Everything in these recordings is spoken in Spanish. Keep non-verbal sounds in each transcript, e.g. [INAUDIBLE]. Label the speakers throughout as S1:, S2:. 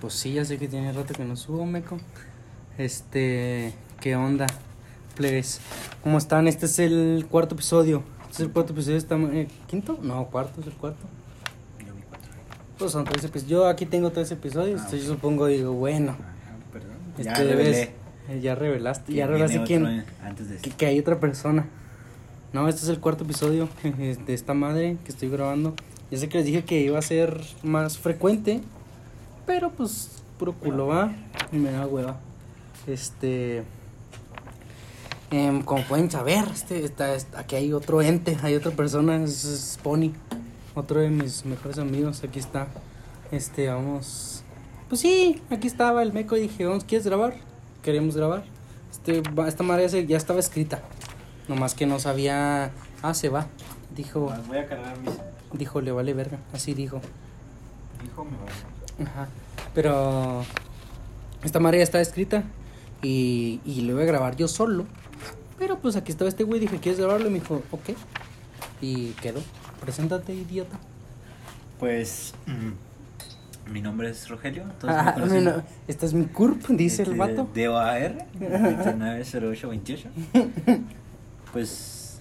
S1: Pues sí, ya sé que tiene rato que no subo, meco. Este, ¿qué onda? Plebes, ¿cómo están? Este es el cuarto episodio. Este es el cuarto episodio, estamos... eh, ¿Quinto? No, cuarto, es el cuarto.
S2: Yo vi cuatro.
S1: Pues son tres episodios. Yo aquí tengo tres episodios,
S2: Ah,
S1: entonces
S2: ok.
S1: yo supongo, digo, bueno.
S2: Ajá, perdón.
S1: Este
S2: ya revelé.
S1: eh, ya revelaste, ya
S2: que
S1: revelaste
S2: viene
S1: quién,
S2: otro, eh, Antes de
S1: que,
S2: este.
S1: que hay otra persona. No, este es el cuarto episodio [LAUGHS] de esta madre que estoy grabando. Ya sé que les dije que iba a ser más frecuente, pero pues puro culo va y me da hueva. Este. em, como pueden saber, este, está, está- aquí hay otro ente, hay otra persona, es, es Pony, otro de mis mejores amigos. Aquí está. Este, vamos. Pues sí, aquí estaba el meco y dije, vamos, ¿quieres grabar? Queremos grabar. Este, va- esta madre ya, se- ya estaba escrita. Nomás que no sabía. Ah, se va. Dijo,
S2: Más Ah, Voy a cargar mis.
S1: dijo, le vale verga. Así dijo.
S2: Hijo, me va a.
S1: Ajá. Pero esta madre ya está escrita y, y lo iba a grabar yo solo. Pero pues aquí estaba este güey, dije, ¿quieres grabarlo? Y me dijo, ok. Y quedó. Preséntate, idiota.
S2: Pues. mm, Mi nombre es Rogelio. Entonces
S1: Ah,
S2: me conocen-
S1: no, no, Esta es mi curp, dice el
S2: este,
S1: vato. [LAUGHS]
S2: De OAR. 290828. Pues.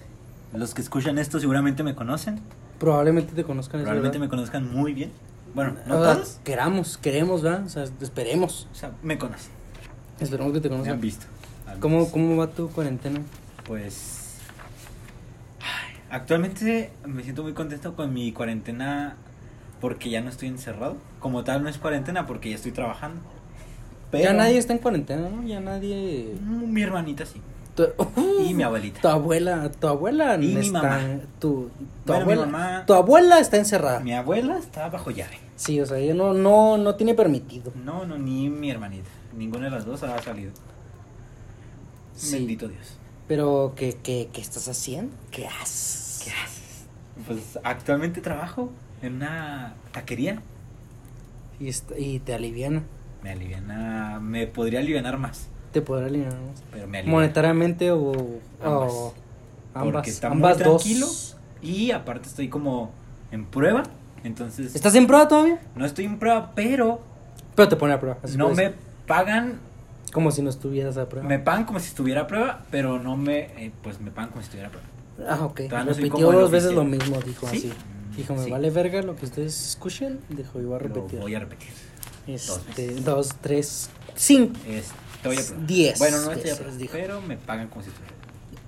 S2: Los que escuchan esto seguramente me conocen.
S1: Probablemente te conozcan. es
S2: Probablemente me
S1: verdad.
S2: conozcan muy bien. Bueno, no
S1: O sea,
S2: todos.
S1: Queramos, queremos, ¿verdad? O sea, esperemos.
S2: O sea, me conocen.
S1: Esperemos que te
S2: Me han
S1: conozcan.
S2: visto. Al
S1: ¿Cómo,
S2: menos.
S1: ¿Cómo va tu cuarentena?
S2: Pues. ay, Actualmente me siento muy contento con mi cuarentena porque ya no estoy encerrado. Como tal, no es cuarentena porque ya estoy trabajando.
S1: Ya nadie está en cuarentena, ¿no? Ya nadie...
S2: Mm, Mi hermanita sí.
S1: Tu- uh,
S2: Y mi abuelita.
S1: Tu abuela, tu abuela
S2: Y mi
S1: está-
S2: mamá.
S1: Tu, tu
S2: Bueno, mi
S1: abuela,
S2: mamá-
S1: tu abuela está encerrada.
S2: Mi abuela está bajo llave.
S1: Sí, o sea, ella no, no, no tiene permitido.
S2: No, no, ni mi hermanita. Ninguna de las dos ha salido.
S1: Sí.
S2: Bendito Dios.
S1: Pero, ¿qué, qué, qué estás haciendo? ¿Qué haces?
S2: ¿Qué haces? Pues actualmente trabajo en una taquería.
S1: Y, est- y te aliviana.
S2: Me aliviana. Me podría aliviar más.
S1: Te podrá aliviar. más.
S2: Pero me aliviana.
S1: Monetariamente o
S2: Ambas.
S1: o
S2: Porque
S1: ambas,
S2: está muy
S1: ambas dos.
S2: tranquilo. Y aparte estoy como en prueba. Entonces,
S1: ¿Estás en prueba todavía?
S2: no estoy en prueba, pero
S1: Pero te pone a prueba. así
S2: no
S1: puede
S2: me
S1: ser.
S2: pagan.
S1: Como si no estuvieras a prueba.
S2: Me pagan como si estuviera a prueba, pero no me. eh, pues me pagan como si estuviera a prueba.
S1: Ah, ok.
S2: Todavía no soy
S1: Repitió
S2: como el
S1: dos veces lo
S2: oficial.
S1: mismo, dijo
S2: ¿Sí?
S1: así. Dijo, me
S2: Sí.
S1: vale verga lo que ustedes escuchen. Dijo, iba a
S2: Lo
S1: repetir.
S2: voy a repetir.
S1: Este, dos, tres, cinco.
S2: Estoy a prueba.
S1: Diez
S2: Bueno, no estoy a
S1: veces,
S2: prueba,
S1: dijo.
S2: pero me pagan como si estuviera.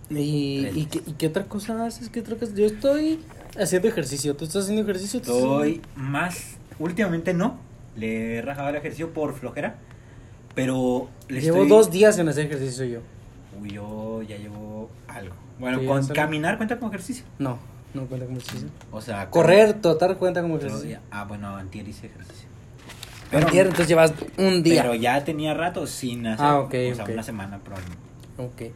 S1: ¿Y, y
S2: Tres veces.
S1: qué, y qué otra cosa haces? ¿Qué otra cosa? Yo estoy haciendo ejercicio. ¿Tú estás haciendo ejercicio? ¿Tú estás
S2: Estoy
S1: haciendo-
S2: más. Últimamente no. Le he rajado el ejercicio por flojera. Pero le
S1: Llevo
S2: estoy-
S1: dos días en hacer ejercicio yo.
S2: Uy, yo ya llevo algo. Bueno,
S1: Sí, ya
S2: con
S1: solo-
S2: caminar cuenta como ejercicio.
S1: No, no cuenta como ejercicio.
S2: O sea,
S1: Correr, trotar cuenta como
S2: Otro
S1: ejercicio.
S2: día. Ah, bueno, antier hice ejercicio.
S1: Antier, entonces llevas un día.
S2: pero ya tenía rato sin hacer.
S1: Ah, ok,
S2: O sea,
S1: ok.
S2: una semana probablemente.
S1: Ok.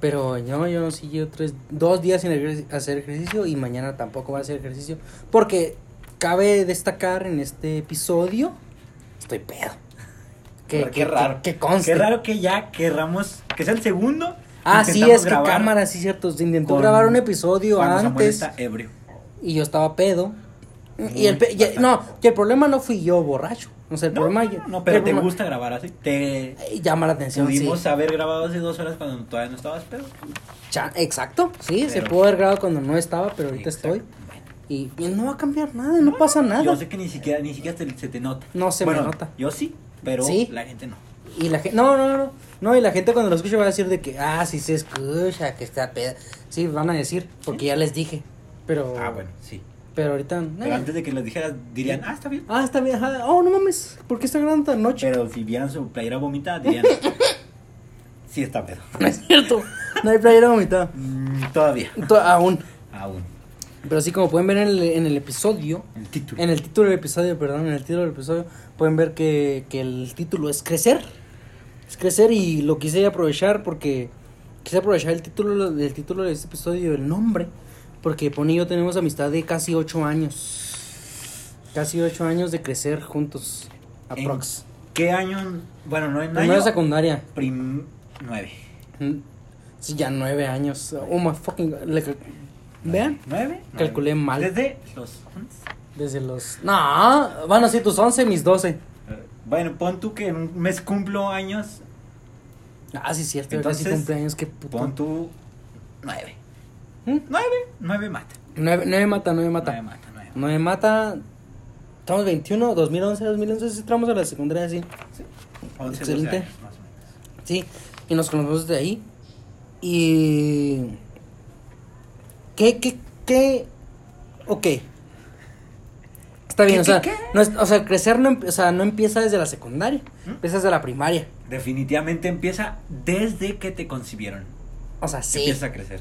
S1: Pero no, yo sí llevo tres, dos días sin ejer- hacer ejercicio y mañana tampoco voy a hacer ejercicio. Porque cabe destacar en este episodio, estoy pedo.
S2: Pero qué raro.
S1: Que, que conste.
S2: Qué raro que ya querramos. Que sea el segundo.
S1: Ah, sí,
S2: intentamos
S1: es que
S2: grabar
S1: cámara, sí, cierto. Se intentó
S2: con-
S1: grabar un episodio
S2: cuando Samuel
S1: antes
S2: está ebrio.
S1: y yo estaba pedo. Y
S2: Muy
S1: el, pe- y-
S2: bastante.
S1: no, que el problema no fui yo borracho. O sea, el
S2: No,
S1: problema.
S2: no, no, pero
S1: el
S2: te
S1: problema-
S2: gusta grabar así. Te
S1: Eh, Llama la atención. sí.
S2: pudimos haber grabado hace dos horas cuando todavía no estabas pedo.
S1: Cha- Exacto, sí, se
S2: Pero-
S1: pudo haber grabado cuando no estaba, pero ahorita
S2: Exacto.
S1: estoy. Y, y no va a cambiar nada, no, pasa nada.
S2: Yo sé que ni siquiera, ni siquiera se, se te nota.
S1: No se me
S2: Bueno,
S1: nota.
S2: Yo sí, pero
S1: ¿Sí?
S2: la gente no.
S1: Y la gente, no, no, no, no, no, y la gente cuando lo escuche va a decir de que, ah, sí se escucha, que está pedo. Sí, van a decir, porque ya les dije. Pero,
S2: Ah, bueno, sí.
S1: pero ahorita, eh.
S2: Pero antes de que les dijeras, dirían, ah, está bien.
S1: ah, está bien, ajá. oh, no mames, ¿por qué está grabando tan noche?
S2: Pero si vieran su playera
S1: [LAUGHS]
S2: vomitada, dirían, sí está pedo.
S1: No es cierto, no hay playera vomitada,
S2: Mm, todavía.
S1: To- aún.
S2: Aún.
S1: Pero sí, como pueden ver en el, en el episodio,
S2: El título.
S1: en el título del episodio, perdón, en el título del episodio, pueden ver que, que el título es crecer. Es crecer y lo quise aprovechar porque quise aprovechar el título del título de este episodio, el nombre, porque Pony y yo tenemos amistad de casi ocho años. Casi ocho años de crecer juntos.
S2: ¿En
S1: Aprox.
S2: ¿Qué año? Bueno, no en
S1: Primero
S2: año.
S1: de secundaria.
S2: Prim... Nueve.
S1: Mm. Sí, ya nueve años. Oh my fucking. God. Le cal- Vean,
S2: ¿Nueve?
S1: Calculé
S2: Nueve.
S1: mal.
S2: Desde los once.
S1: desde los. No, van a ser tus once, mis doce.
S2: Eh, Bueno, pon tú que en un mes cumplo años,
S1: Ah, sí, es cierto. Entonces, casi
S2: Entonces,
S1: cumpleaños, qué puto.
S2: pon tú nueve.
S1: ¿Mm?
S2: Nueve, nueve mata.
S1: Nueve, nueve mata, nueve
S2: Nueve
S1: mata.
S2: mata, nueve.
S1: Nueve mata. Estamos 21, 2011, 2011, sí, entramos a la secundaria, sí.
S2: Once, doce
S1: Excelente.
S2: años, más o menos.
S1: Sí, y nos conocemos de ahí. Y. ¿Qué, qué, qué? Ok. Está bien,
S2: ¿Qué,
S1: o sea,
S2: qué, qué?
S1: no es- o sea, crecer no, em- o sea, no empieza desde la secundaria,
S2: ¿Mm?
S1: empieza desde la primaria.
S2: Definitivamente empieza desde que te concibieron.
S1: O sea, sí.
S2: Empieza a crecer.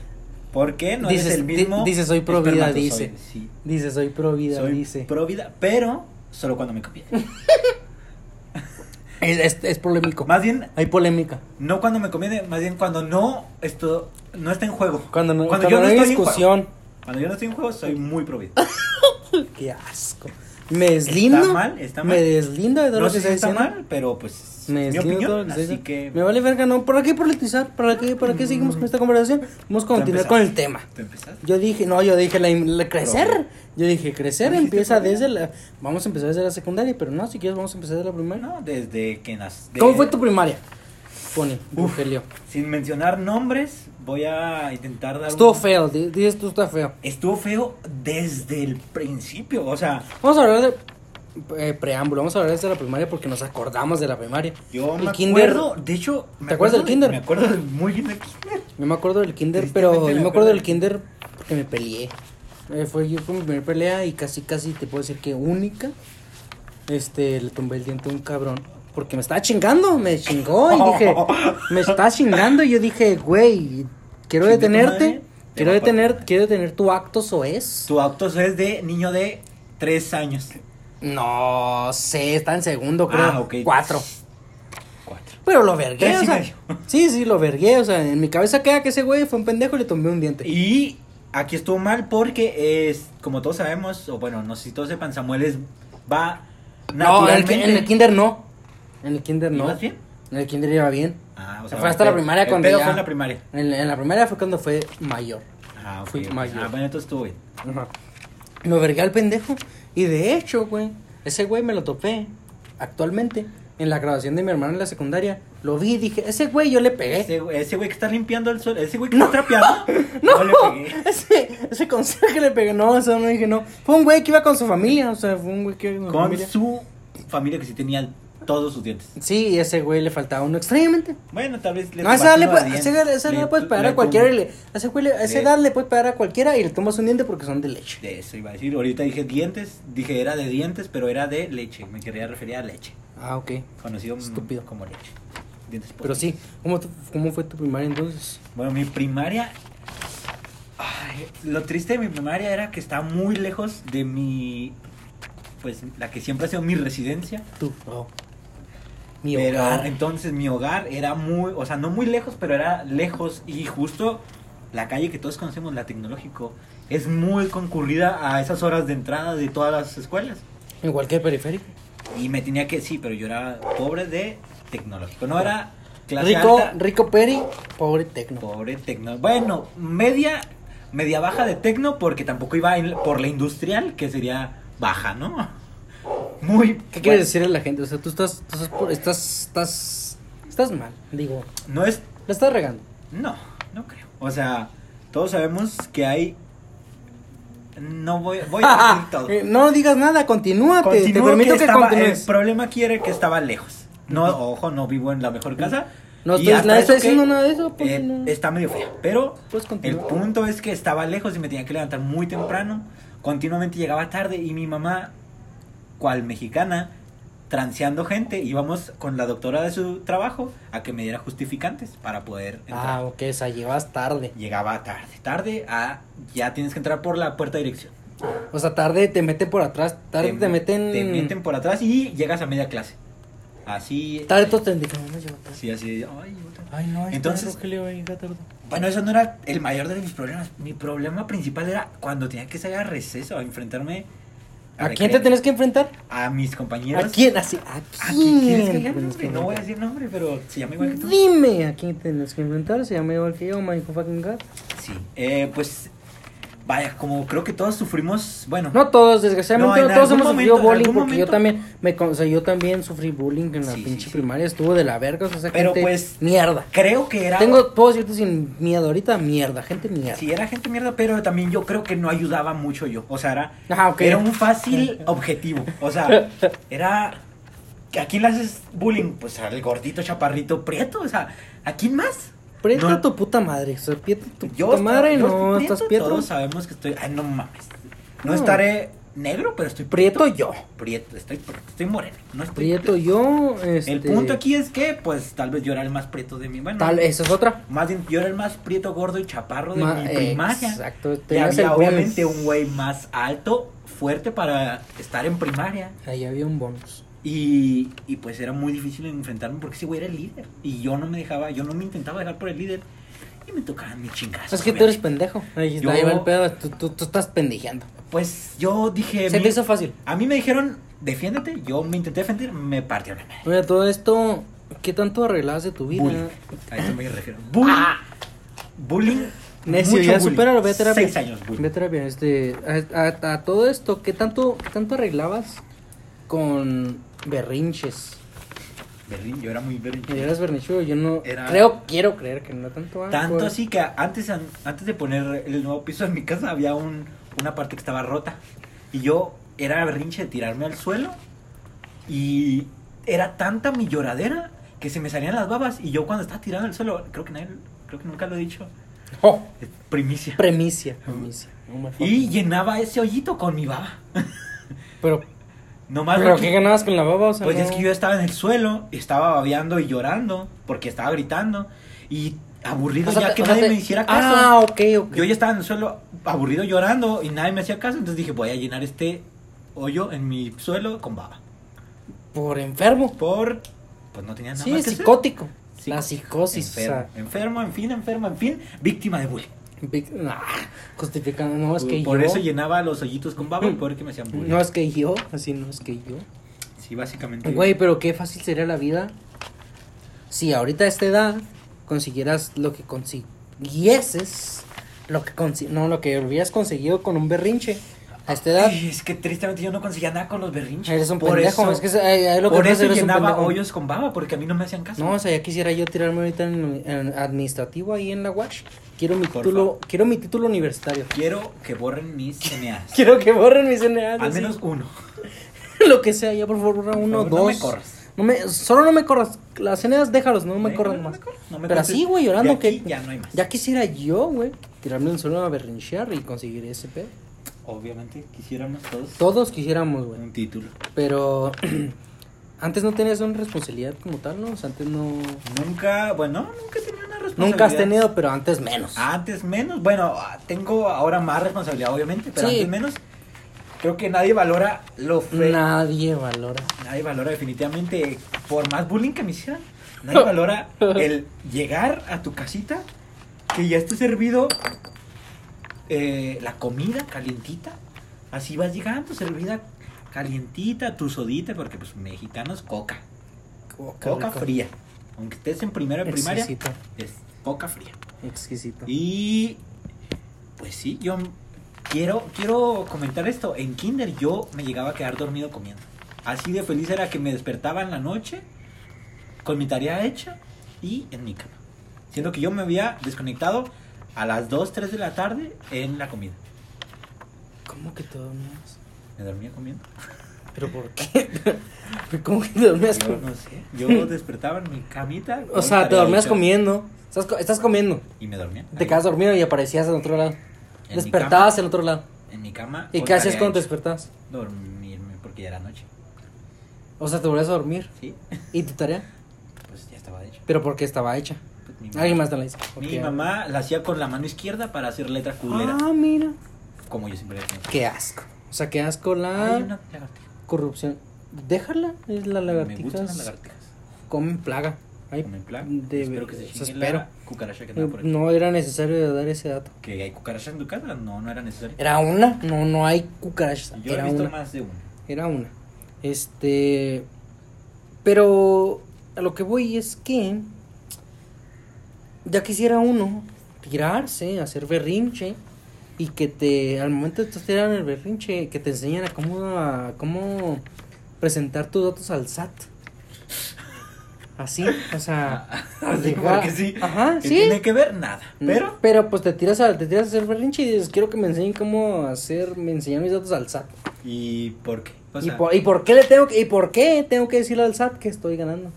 S2: ¿Por qué? No
S1: Dices,
S2: eres el
S1: di-
S2: mismo.
S1: dice, soy pro vida,
S2: espermatozoide.
S1: dice.
S2: Sí,
S1: Dice, soy pro vida,
S2: soy
S1: dice.
S2: pro vida, pero solo cuando me copié.
S1: [LAUGHS] Es, es- es polémico.
S2: más bien,
S1: Hay polémica.
S2: no cuando me copié, más bien cuando no esto no está en juego.
S1: Cuando no, cuando
S2: Cuando yo
S1: no
S2: no
S1: hay
S2: estoy en
S1: discusión.
S2: Cuando yo no estoy en juego, soy muy pro vida.
S1: Qué asco. Me deslindo.
S2: Está mal, está mal.
S1: Me deslindo de todo
S2: No
S1: lo que
S2: sé si
S1: está
S2: está
S1: diciendo.
S2: mal, pero pues es
S1: Me
S2: mi
S1: deslindo de todo lo
S2: opinión,
S1: que está
S2: así
S1: diciendo.
S2: que Mm.
S1: Me vale verga, no. ¿Para qué politizar? ¿Para qué, para qué seguimos con esta conversación? Vamos a
S2: Tú
S1: continuar
S2: empezaste.
S1: con el tema.
S2: ¿Tú empezaste?
S1: Yo dije, no, yo dije la, la- crecer.
S2: Pero-
S1: Yo dije, crecer
S2: ¿No dijiste
S1: empieza
S2: primaria?
S1: desde la. Vamos a empezar desde la secundaria, pero no, si quieres, vamos a empezar desde la primaria.
S2: No, desde que nací.
S1: ¿Cómo fue tu primaria? Pone, Rogelio.
S2: Sin mencionar nombres, voy a intentar dar.
S1: Estuvo
S2: un-
S1: feo, di- dices tú está feo.
S2: Estuvo feo desde el principio, o sea,
S1: Vamos a hablar de eh, preámbulo, vamos a hablar desde la primaria porque nos acordamos de la primaria.
S2: yo
S1: El
S2: me
S1: kinder-
S2: acuerdo, de hecho, me
S1: ¿Te acuerdas
S2: acuerdo
S1: del kinder?
S2: Me acuerdo de- muy bien del kinder.
S1: Yo me acuerdo del kinder, pero
S2: Tristemente
S1: yo
S2: me
S1: me acuerdo
S2: acuerdo.
S1: del kinder porque me peleé. Eh, fue, yo- fue mi primera pelea y casi, casi te puedo decir que única. Este, le tumbé el diente a un cabrón porque me estaba chingando, me chingó y
S2: [LAUGHS]
S1: dije, me está chingando y yo dije, güey, quiero
S2: Chingue tu
S1: detenerte,
S2: madre, te
S1: quiero
S2: va a partir
S1: detener,
S2: madre".
S1: quiero detener tu acto soez.
S2: Tu auto es de niño de 3 años.
S1: No sé, está en segundo, creo,
S2: Ah, ok.
S1: cuatro.
S2: 4.
S1: Pero lo vergué,
S2: Tres
S1: o
S2: y
S1: sea,
S2: medio.
S1: sí, sí, lo vergué, o sea, en mi cabeza queda que ese güey fue un pendejo y le tumbé un diente.
S2: Y aquí estuvo mal porque es, como todos sabemos, o bueno, no sé si todos sepan, Samuel es, va
S1: No, en el, ki-
S2: naturalmente.
S1: en el kinder no. En el kinder no.
S2: ¿Ibas bien?
S1: En el kinder iba bien.
S2: Ah, o
S1: Se fue hasta la primaria
S2: el
S1: cuando
S2: pedo
S1: ya-
S2: fue en la primaria.
S1: En, la- en la primera fue cuando fue mayor.
S2: Ah, ok,
S1: Fui
S2: ok.
S1: mayor.
S2: Ah, bueno, entonces estuvo bien.
S1: Ajá. Lo vergué al pendejo. Y de hecho, güey, ese güey me lo topé actualmente. En la graduación de mi hermano en la secundaria, lo vi y dije, ese güey yo le pegué.
S2: Ese, güey- ese güey que está limpiando el suelo, ese güey que está trapeando,
S1: [LAUGHS] No,
S2: no le
S1: [LAUGHS]
S2: pegué.
S1: ese, ese consejo que le pegué, no, eso no dije, no. Fue un güey que iba con su familia, o sea, fue un güey que iba con su
S2: Con
S1: familia.
S2: su familia que sí tenía todos sus dientes.
S1: Sí, y ese güey le faltaba uno extrañamente.
S2: Bueno, tal vez
S1: No, a esa edad le, puede- a esa edad- a esa edad le puedes
S2: puedes
S1: pegar a cualquiera y le, a ese güey le- a esa
S2: le-
S1: edad le puedes pegar a cualquiera y le tomas un diente porque son de leche.
S2: De eso iba a decir. Ahorita dije dientes, dije era de dientes, pero era de leche. Me quería referir a leche.
S1: Ah, ok.
S2: Conocido m-
S1: Estúpido.
S2: como leche. Dientes
S1: Pero
S2: postizos.
S1: sí, ¿cómo, tu- cómo fue tu primaria entonces?
S2: Bueno, mi primaria. Ay, lo triste de mi primaria era que estaba muy lejos de mi. Pues la que siempre ha sido mi residencia.
S1: Tú, no. Oh. Mi
S2: pero
S1: hogar.
S2: entonces mi hogar era muy, o sea, no muy lejos, pero era lejos y justo la calle que todos conocemos, la Tecnológico, es muy concurrida a esas horas de entrada de todas las escuelas.
S1: En cualquier periférico.
S2: Y me tenía que, sí, pero yo era pobre de Tecnológico, no era clase
S1: Rico,
S2: alta,
S1: rico Peri, pobre tecno.
S2: pobre Tecno. Bueno, media media baja de Tecno porque tampoco iba en- por la industrial, que sería baja, ¿no? [LAUGHS] Muy
S1: ¿Qué
S2: bueno.
S1: quieres decirle a la gente? O sea, tú estás, tú estás, por- estás, estás, estás mal, digo.
S2: No es
S1: La estás regando.
S2: No, no creo. O sea, todos sabemos que hay. No voy,
S1: [LAUGHS]
S2: voy a decir todo.
S1: Eh, no digas nada, continúa, te- te,
S2: Continúo
S1: permito
S2: que
S1: que,
S2: estaba- eh, el
S1: continúes.
S2: problema aquí era que estaba lejos. No, ojo, no vivo en la mejor casa.
S1: No
S2: Y
S1: estoy-
S2: hasta
S1: nadie está
S2: eso que,
S1: diciendo nada de eso, pues,
S2: eh,
S1: no.
S2: Está medio fea. Pero
S1: Puedes
S2: el
S1: continuar.
S2: punto es que estaba lejos y me tenía que levantar muy temprano. Continuamente llegaba tarde y mi mamá, cual mexicana, transeando gente, íbamos con la doctora de su trabajo a que me diera justificantes para poder entrar
S1: Ah, ok, o sea, llevas tarde.
S2: llegaba tarde. Tarde a ya tienes que entrar por la puerta de dirección.
S1: O sea, tarde te meten por atrás, tarde te, meten...
S2: Te meten por atrás y llegas a media clase. Así.
S1: Tarde todos te indican, no, llevo tarde.
S2: Sí, así. ay, otra.
S1: Ay, no,
S2: ahí Entonces- está
S1: Rogelio, tarde.
S2: Bueno, eso no era el mayor de mis problemas. Mi problema principal era cuando tenía que salir a receso, a enfrentarme.
S1: ¿A quién te
S2: recreo.
S1: tenés que enfrentar?
S2: A mis compañeros.
S1: ¿A quién? Pues, Así, ¿a
S2: ¿A
S1: quién?
S2: quién quieres que diga
S1: tenés
S2: nombre?
S1: que
S2: No voy a
S1: enfrentar?
S2: decir nombre, pero se llama igual que tú.
S1: Dime a quién tenés que enfrentar, se llama igual que yo, Michael fucking God.
S2: Sí. Eh, pues Vaya, como creo que todos sufrimos, bueno,
S1: No todos, desgraciadamente
S2: No,
S1: no,
S2: en
S1: todos
S2: algún
S1: hemos sufrido
S2: momento, en
S1: bullying, porque
S2: algún
S1: yo
S2: momento.
S1: también, me, con- o sea, yo también sufrí bullying en la
S2: Sí, sí,
S1: pinche
S2: sí.
S1: primaria, estuvo de la verga, o sea, esa
S2: Pero,
S1: gente,
S2: pues,
S1: mierda.
S2: creo que era
S1: Tengo, puedo decirte sin miedo, ahorita mierda, gente mierda.
S2: Sí, era gente mierda, pero también yo creo que no ayudaba mucho yo. O sea, era,
S1: Ah, ok.
S2: era un fácil objetivo.
S1: [LAUGHS]
S2: O sea, era. ¿A quién le haces bullying? Pues al gordito, chaparrito, prieto. O sea, ¿a quién más?
S1: Prieta
S2: No.
S1: tu puta madre, o sea, prieta tu
S2: Yo
S1: puta
S2: estaba-
S1: madre,
S2: yo
S1: no,
S2: estoy
S1: estás
S2: prieto,
S1: prieto.
S2: Todos sabemos que estoy. Ay, no mames. No,
S1: No.
S2: estaré negro, pero estoy
S1: Prieto yo.
S2: Prieto, estoy, prieto, estoy moreno. No estoy
S1: Prieto yo, este...
S2: El punto aquí es que, pues, tal vez yo era el más prieto de mi. Bueno,
S1: Tal, esa es otra.
S2: más bien, yo era el más prieto, gordo y chaparro de
S1: Ma-
S2: mi primaria.
S1: Exacto,
S2: Y
S1: tenías
S2: había
S1: el bonus.
S2: obviamente un güey más alto, fuerte para estar en primaria.
S1: Ahí había un bonus.
S2: Y, y pues era muy difícil enfrentarme porque ese güey era el líder. Y yo no me dejaba, yo no me intentaba dejar por el líder. Y me tocaban mis chingazos.
S1: Es que tú eres
S2: Ah, obviamente.
S1: pendejo. Ahí,
S2: Yo-
S1: ahí va el pedo, tú, tú, tú estás pendejeando.
S2: Pues yo dije.
S1: Se
S2: "Mi-
S1: te hizo fácil.
S2: A mí me dijeron, defiéndete. Yo me intenté defender, me partieron la madre.
S1: Oye, todo esto, ¿qué tanto arreglabas de tu vida?
S2: Bullying. A eso me refiero. Bullying. Bullying.
S1: Ah. Necio,
S2: mucho
S1: ya
S2: bullying.
S1: supéralo, ve a terapia.
S2: Seis años bullying.
S1: Ve a terapia, este, a, a- a todo esto, ¿qué tanto, qué tanto arreglabas con berrinches?
S2: Berlín, yo era muy berlín.
S1: Yo eras berrinchudo, yo no,
S2: Era-
S1: creo, quiero creer que no tanto. ah,
S2: Tanto
S1: por-
S2: así que antes, an- antes de poner el nuevo piso en mi casa había un, una parte que estaba rota. Y yo era berrinche de tirarme al suelo. Y era tanta mi lloradera que se me salían las babas. Y yo cuando estaba tirando al suelo, creo que, nadie- creo que nunca lo he dicho,
S1: Oh,
S2: eh, primicia.
S1: premicia, premicia. No me
S2: Y
S1: fucking-
S2: llenaba ese hoyito con mi baba.
S1: Pero,
S2: Nomás
S1: pero
S2: porque-
S1: ¿qué ganabas con la baba? O sea,
S2: Pues
S1: no-
S2: es que yo estaba en el suelo, estaba babeando y llorando porque estaba gritando. Y aburrido
S1: O sea,
S2: ya
S1: te-
S2: que
S1: o sea,
S2: nadie
S1: te-
S2: me hiciera caso.
S1: Ah, ok, ok.
S2: Yo ya estaba en el suelo aburrido llorando y nadie me hacía caso, entonces dije, voy a llenar este hoyo en mi suelo con baba.
S1: Por enfermo.
S2: Por... Pues no tenía nada
S1: Sí,
S2: más que hacer.
S1: psicótico.
S2: Sí,
S1: La psicosis, o
S2: Enfermo,
S1: sea.
S2: enfermo, en fin, enfermo, en fin, víctima de bullying.
S1: Vic- nah, justificando, no es que
S2: Por
S1: yo.
S2: eso llenaba los hoyitos con baba
S1: Mm.
S2: porque me hacían bullying.
S1: No es que yo, así no es que yo.
S2: Sí, básicamente.
S1: Güey, pero qué fácil sería la vida si ahorita a esta edad consiguieras lo que consiguieses, lo que consi- no, lo que hubieras conseguido con un berrinche a esta edad.
S2: Ay, es que tristemente yo no conseguía nada con los berrinches.
S1: Eres un
S2: por
S1: pendejo,
S2: eso,
S1: es que es- ahí- ahí lo que
S2: por
S1: pasa,
S2: eso
S1: eres un
S2: llenaba
S1: pendejo.
S2: hoyos con baba porque a mí no me hacían caso.
S1: No, o sea, ya quisiera yo tirarme ahorita en, en administrativo ahí en la Watch. Quiero mi
S2: Por
S1: título,
S2: favor.
S1: quiero mi título universitario. [LAUGHS]
S2: Quiero que borren mis CNAs.
S1: Quiero que borren mis NAs.
S2: Al
S1: así.
S2: menos uno.
S1: [LAUGHS] lo que sea, ya por favor, borra uno,
S2: favor,
S1: dos.
S2: no me corras.
S1: No me- solo no me corras. Las NAs déjalos, no me
S2: Ve,
S1: corras
S2: ¿Eh? no
S1: más.
S2: me corras, no me
S1: Pero
S2: corras.
S1: así, güey, llorando
S2: De aquí
S1: que-
S2: Ya no hay más.
S1: Ya quisiera yo, güey, tirarme un solo a berrinchear y conseguir ese pedo.
S2: Obviamente quisiéramos todos
S1: Todos quisiéramos, güey.
S2: un título.
S1: Pero [CLEARS THROAT] antes no tenías una responsabilidad como tal, ¿no? O sea, antes no.
S2: Nunca, bueno, nunca he tenido una responsabilidad.
S1: Nunca has tenido, pero antes menos.
S2: Antes menos, bueno, ah, tengo ahora más responsabilidad, obviamente, pero
S1: Sí.
S2: antes menos. Creo que nadie valora lo fe.
S1: Nadie valora.
S2: Nadie valora definitivamente, por más bullying que me hicieran, nadie
S1: [LAUGHS]
S2: valora el llegar a tu casita, que ya esté servido eh, la comida calientita. Así vas llegando, servida calientita, tu sodita, porque pues mexicanos coca. Coca fría. Aunque estés en primero de primaria,
S1: Exquisito.
S2: es coca fría.
S1: Exquisito.
S2: Y pues sí, yo quiero, quiero comentar esto. En kinder yo me llegaba a quedar dormido comiendo. Así de feliz era que me despertaba en la noche con mi tarea hecha y en mi cama. Siendo que yo me había desconectado a las 2, 3 de la tarde en la comida.
S1: ¿Cómo que te dormías?
S2: Me dormía comiendo.
S1: ¿Pero por qué? [LAUGHS] ¿Cómo que te dormías?
S2: Yo no sé. Yo despertaba en mi camita.
S1: O
S2: con
S1: sea, te
S2: tarea
S1: dormías
S2: hecha
S1: comiendo. Estás, co- estás comiendo.
S2: Y me dormía.
S1: Te
S2: ahí,
S1: quedas dormido y aparecías en otro lado.
S2: en mi
S1: Despertabas en otro lado.
S2: cama- En mi cama.
S1: ¿Y
S2: con
S1: qué hacías
S2: tarea
S1: cuando te
S2: hecha.
S1: despertabas?
S2: Dormirme porque ya era noche.
S1: O sea, te volvías a dormir.
S2: Sí,
S1: ¿Y tu tarea?
S2: pues ya estaba hecho.
S1: Pero porque estaba hecha.
S2: Pues, mi
S1: Alguien
S2: mamá-
S1: más te la hizo.
S2: Mi mamá la hacía con la mano izquierda para hacer letra culera,
S1: Ah, Ah. mira.
S2: como yo siempre decía.
S1: Qué asco. O sea, qué asco la
S2: Hay una lagartija.
S1: corrupción. Déjala. Es la
S2: Me gustan
S1: lagartija.
S2: las lagartijas.
S1: Comen plaga. Ay,
S2: Como en plan,
S1: de-
S2: espero que se
S1: o sea,
S2: chinguen
S1: espero. Eh,
S2: la cucaracha que andaba por aquí.
S1: No era necesario dar ese dato.
S2: ¿Que hay cucarachas en tu casa? No, no era necesario.
S1: Era una. No, no hay cucarachas.
S2: Yo
S1: era
S2: he visto
S1: una.
S2: más
S1: [LAUGHS]
S2: de uno.
S1: Era una. Este. Pero a lo que voy es que. Ya quisiera uno tirarse, hacer berrinche y que te al momento de tirar el berrinche que te enseñan a cómo a cómo presentar tus datos al SAT así o sea
S2: [LAUGHS] Así como
S1: igual-
S2: que sí.
S1: ajá
S2: que
S1: sí
S2: tiene que ver nada. Pero
S1: pero pues te tiras a te tiras a hacer berrinche y dices quiero que me enseñen cómo hacer me enseñan mis datos al SAT
S2: ¿y por qué? O
S1: ¿Y,
S2: sea,
S1: por, y por qué le tengo que y por qué tengo que decirle al SAT que estoy ganando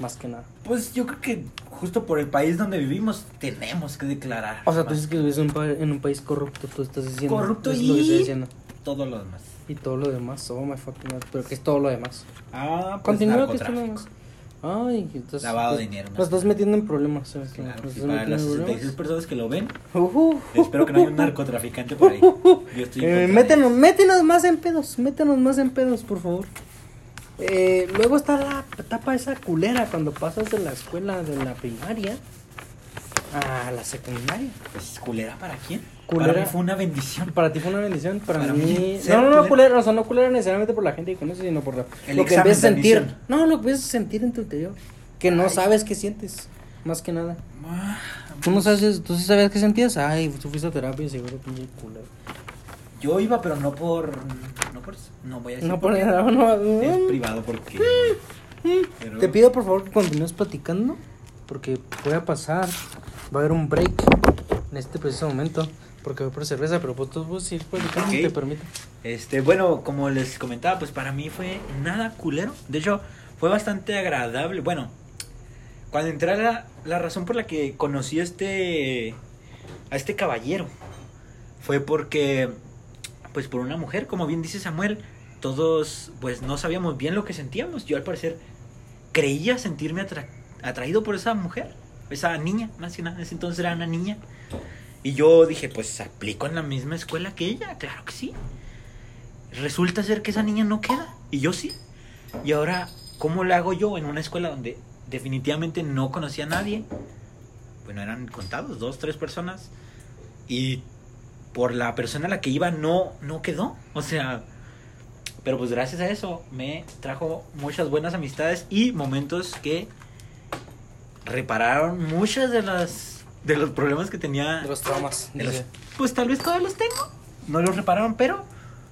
S1: más que nada
S2: pues yo creo que justo por el país donde vivimos tenemos que declarar.
S1: o sea tú
S2: más
S1: dices que vives en un, pa- en un país corrupto tú estás diciendo
S2: Corrupto
S1: es lo que
S2: y-
S1: estoy diciendo.
S2: todo lo demás.
S1: Y todo lo demás, oh my fucking god, pero que es todo lo demás.
S2: Ah, pues
S1: Continúa que es todo lo
S2: narcotráfico.
S1: demás. Ay, entonces.
S2: Lavado de
S1: pues,
S2: dinero,
S1: Nos
S2: más
S1: estás
S2: que nada.
S1: metiendo en problemas. ¿sabes?
S2: Claro,
S1: Nos
S2: y
S1: estás
S2: para
S1: metiendo
S2: las
S1: en problemas.
S2: 66 personas que lo ven,
S1: Ujú.
S2: espero que no haya un narcotraficante por ahí. Yo estoy
S1: Eh,
S2: en contra de
S1: métenos, métenos más en pedos, métenos más en pedos, por favor. Eh, luego está la etapa esa culera cuando pasas de la escuela de la primaria a la secundaria.
S2: eso. Pues, culera para quién?
S1: Culera.
S2: Para mí fue una bendición.
S1: Para ti fue una bendición, para,
S2: Para
S1: mí.
S2: mí, ser
S1: no, no, no,
S2: culero.
S1: culera, o sea, no culera necesariamente por la gente que conoces, sino por la-
S2: El
S1: lo que
S2: examen
S1: empiezas a
S2: de
S1: sentir.
S2: admisión.
S1: No, lo que empiezas a sentir en tu interior. Que no
S2: Ay.
S1: sabes qué sientes, más que nada.
S2: Ah,
S1: Tú no sabes, tú sí sabías qué sentías. Ay, tú fuiste a terapia y seguro pinche culero.
S2: Yo iba, pero no por no por eso. No voy a decir
S1: No
S2: por
S1: por
S2: qué.
S1: no, no.
S2: es
S1: mm,
S2: privado porque pero-
S1: Te pido por favor que continúes platicando, porque voy a pasar, va a haber un break en este preciso momento, porque voy por cerveza, pero pues tú puedes seguir platicando si
S2: Ok.
S1: te permite.
S2: Este, bueno, como les comentaba, pues para mí fue nada culero. De hecho, fue bastante agradable. Bueno, cuando entré a la, la razón por la que conocí a este, a este caballero fue porque, pues por una mujer, como bien dice Samuel, todos pues no sabíamos bien lo que sentíamos. Yo al parecer creía sentirme atra- atraído por esa mujer, esa niña, más que nada. En ese entonces era una niña. Y yo dije, pues aplico en la misma escuela que ella, claro que sí. Resulta ser que esa niña no queda. Y yo sí. Y ahora, ¿cómo la hago yo en una escuela donde definitivamente no conocía a nadie? Bueno, eran contados, dos, tres personas. Y por la persona a la que iba no, no quedó. O sea, pero pues gracias a eso me trajo muchas buenas amistades y momentos que repararon muchas de las de los problemas que tenía
S1: De los traumas.
S2: de los-
S1: dice.
S2: pues tal vez todavía los tengo. No los repararon, pero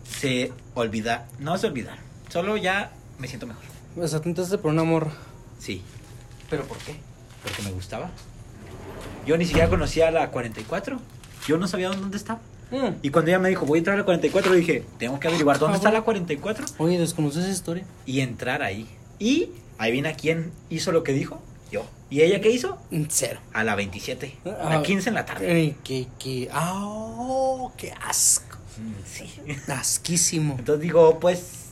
S2: se olvida. No se olvida. Solo ya me siento mejor.
S1: O sea, te entraste por un amor.
S2: Sí,
S1: ¿Pero por qué?
S2: porque me gustaba. Yo ni siquiera conocía la 44. Yo no sabía dónde estaba.
S1: Mm.
S2: Y cuando ella me dijo, voy a entrar a la 44, le dije, tengo que averiguar dónde
S1: Ah,
S2: está
S1: bueno.
S2: la 44
S1: Oye, desconoces esa historia.
S2: y entrar ahí. Y ahí viene a quién hizo lo que dijo. Yo. ¿Y ella qué hizo?
S1: Mm, Cero.
S2: A la 27. A
S1: Ah.
S2: la 15 en la tarde.
S1: Ay, qué, qué. ¡Ah! oh, ¡Qué asco!
S2: Mm, Sí.
S1: Asquísimo. [LAUGHS]
S2: Entonces digo, pues,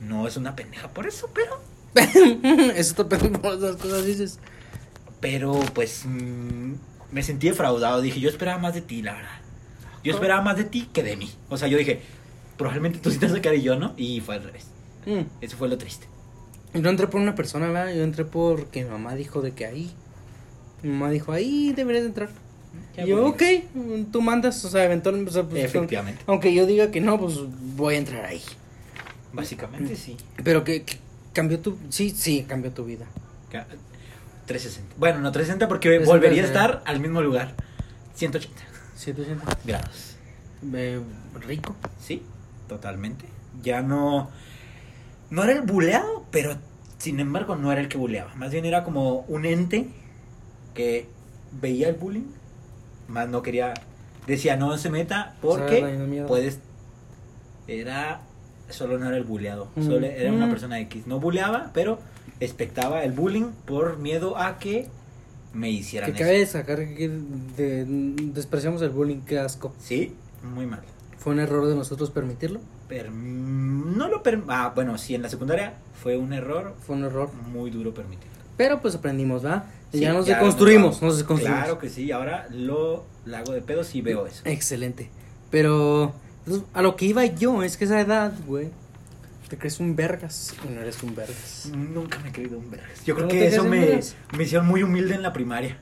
S2: no es una pendeja por eso, pero
S1: Eso te perdón por esas cosas dices.
S2: Pero pues mm, me sentí defraudado. Dije, yo esperaba más de ti, la verdad. Yo esperaba más de ti que de mí. O sea, yo dije, probablemente tú sí te vas a quedar y yo no. Y fue al revés.
S1: Mm.
S2: Eso fue lo triste.
S1: Yo no entré por una persona, ¿verdad? Yo entré porque mi mamá dijo de que ahí. Mi mamá dijo, ahí deberías de entrar. Y yo, ok, mm, tú mandas, o sea, eventualmente. o sea, pues,
S2: Efectivamente.
S1: [LAUGHS] Aunque yo diga que no, pues voy a entrar ahí.
S2: Básicamente sí.
S1: Pero que, que cambió tu. Sí, sí, cambió tu vida.
S2: Ca- 360. Bueno, no 360 porque
S1: 360,
S2: volvería a
S1: sí.
S2: estar al mismo lugar. 180
S1: Sí, te sientes
S2: grados.
S1: eh, rico.
S2: Sí, totalmente. Ya no... No era el buleado, pero sin embargo no era el que buleaba. Más bien era como un ente que veía el bullying, más no quería... Decía, no se meta
S1: O sea, la
S2: porque
S1: misma mierda.
S2: puedes... Era... Solo no era el buleado.
S1: Mm.
S2: Solo era una
S1: Mm.
S2: persona X. No buleaba, pero expectaba el bullying por miedo a que me hicieran
S1: Que
S2: eso.
S1: cabe sacar que de- despreciamos el bullying, qué asco.
S2: Sí, muy mal.
S1: Fue un error de nosotros permitirlo.
S2: Perm- no lo perm- Ah, bueno, sí, en la secundaria fue un error
S1: Fue un error.
S2: muy duro permitirlo.
S1: Pero pues aprendimos, ¿va? Y
S2: Sí,
S1: ya nos
S2: ya
S1: deconstruimos.
S2: nos
S1: Nos deconstruimos.
S2: Claro que sí, ahora lo la hago de pedo si veo eso.
S1: Mm, Excelente. Pero entonces, a lo que iba yo es que a esa edad, güey, te crees un vergas y no eres un vergas.
S2: Nunca me he creído un vergas. Yo creo
S1: ¿No
S2: que
S1: te
S2: eso
S1: crees un
S2: me,
S1: vergas?
S2: me hicieron muy humilde en la primaria.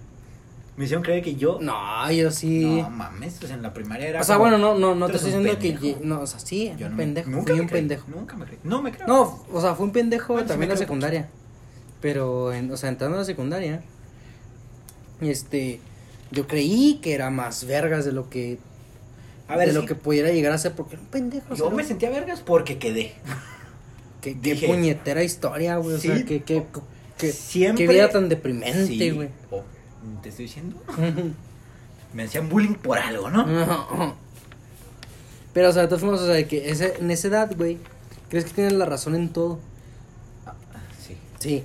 S2: Me hicieron creer que yo.
S1: No, yo sí.
S2: No mames, pues en la primaria era.
S1: o sea,
S2: como,
S1: bueno, no, no, no
S2: tú
S1: te
S2: eres
S1: estoy
S2: un
S1: diciendo que.
S2: pendejo.
S1: ye- No, o sea, sí,
S2: Yo
S1: un
S2: no me-
S1: pendejo.
S2: Nunca
S1: fui
S2: me
S1: un
S2: creí,
S1: pendejo.
S2: Nunca me creí. No me creo.
S1: No, o sea, fue un pendejo
S2: Bueno, sí
S1: también
S2: me
S1: en la
S2: creo un
S1: secundaria. Pero, en- o sea, entrando a la secundaria, este, Yo creí que era más vergas de lo que.
S2: A ver,
S1: de
S2: sí.
S1: lo que pudiera llegar a ser, porque era un pendejo. o
S2: Yo
S1: sea,
S2: me sentía vergas porque quedé.
S1: Qué, qué
S2: dije-
S1: puñetera historia, güey. O
S2: Sí,
S1: sea, qué, qué, qué,
S2: siempre-
S1: qué vida tan
S2: Sí,
S1: deprimente, güey. [LAUGHS]
S2: o- te estoy diciendo. Me hacían bullying por algo,
S1: Mm.
S2: ¿no?
S1: Pero, o sea, de todas formas, o sea, de que ese, en esa edad, güey, crees que tienes la razón en todo.
S2: Sí.
S1: Sí.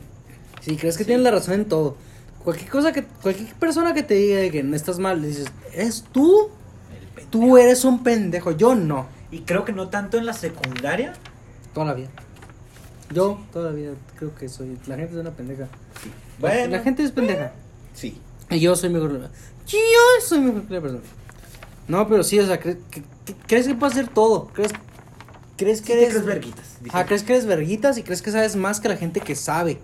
S1: Sí, crees que
S2: Sí.
S1: tienes la razón en todo. Cualquier cosa que, cualquier persona que te diga de que no estás mal, dices, ¿es tú?
S2: el pendejo.
S1: Tú eres un pendejo, yo no.
S2: Y creo que no tanto en la secundaria.
S1: Toda la vida. Yo, toda la vida, creo que soy. La gente es una pendeja.
S2: Sí.
S1: La-
S2: Bueno,
S1: La gente es pendeja.
S2: Sí.
S1: Y yo soy mejor. Yo soy mejor que la persona. No, pero sí, o sea, cre- que- que- crees que puedes hacer todo. Crees, crees que
S2: ¿Qué
S1: eres.
S2: eres verguitas? Dije.
S1: Ah, crees que eres verguitas y crees que sabes más que la gente que sabe.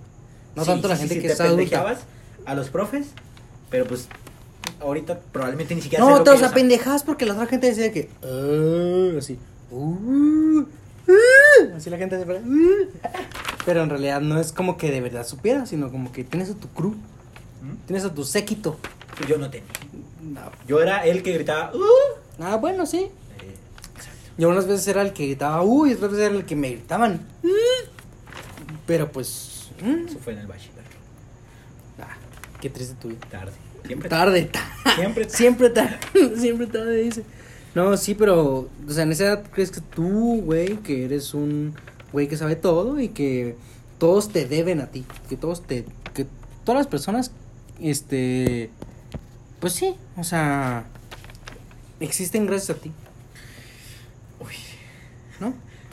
S1: No
S2: Sí,
S1: tanto la
S2: sí,
S1: gente
S2: sí,
S1: que
S2: te
S1: sabe.
S2: pendejeabas a los profes, pero pues ahorita probablemente ni siquiera sé
S1: No, te
S2: lo que
S1: los
S2: ellos saben.
S1: apendejabas porque la otra gente decía que. "Ah", así. "Uh, uh", así la gente decía. "Uh". Pero en realidad no es como que de verdad supieras, sino como que tienes a tu crew,
S2: ¿Mm?
S1: tienes a tu séquito.
S2: Pues Yo no tenía.
S1: No.
S2: Yo era el que gritaba, "Uh".
S1: Ah, bueno, sí.
S2: Eh, exacto.
S1: Yo unas veces era el que gritaba, uy, otras veces era el que me gritaban. "Uh". Pero pues. "Mm".
S2: Eso fue en el bachiller.
S1: Ah, qué triste tu vida.
S2: Tarde. Siempre
S1: Tarde, tarde. [LAUGHS]
S2: Siempre
S1: Siempre tarde, siempre tarde, dice. No, sí, pero, o sea, en esa edad crees que tú, güey, que eres un güey que sabe todo y que todos te deben a ti, que todos te, que todas las personas, este, pues sí, o sea, existen gracias a ti,
S2: Uy,
S1: ¿no?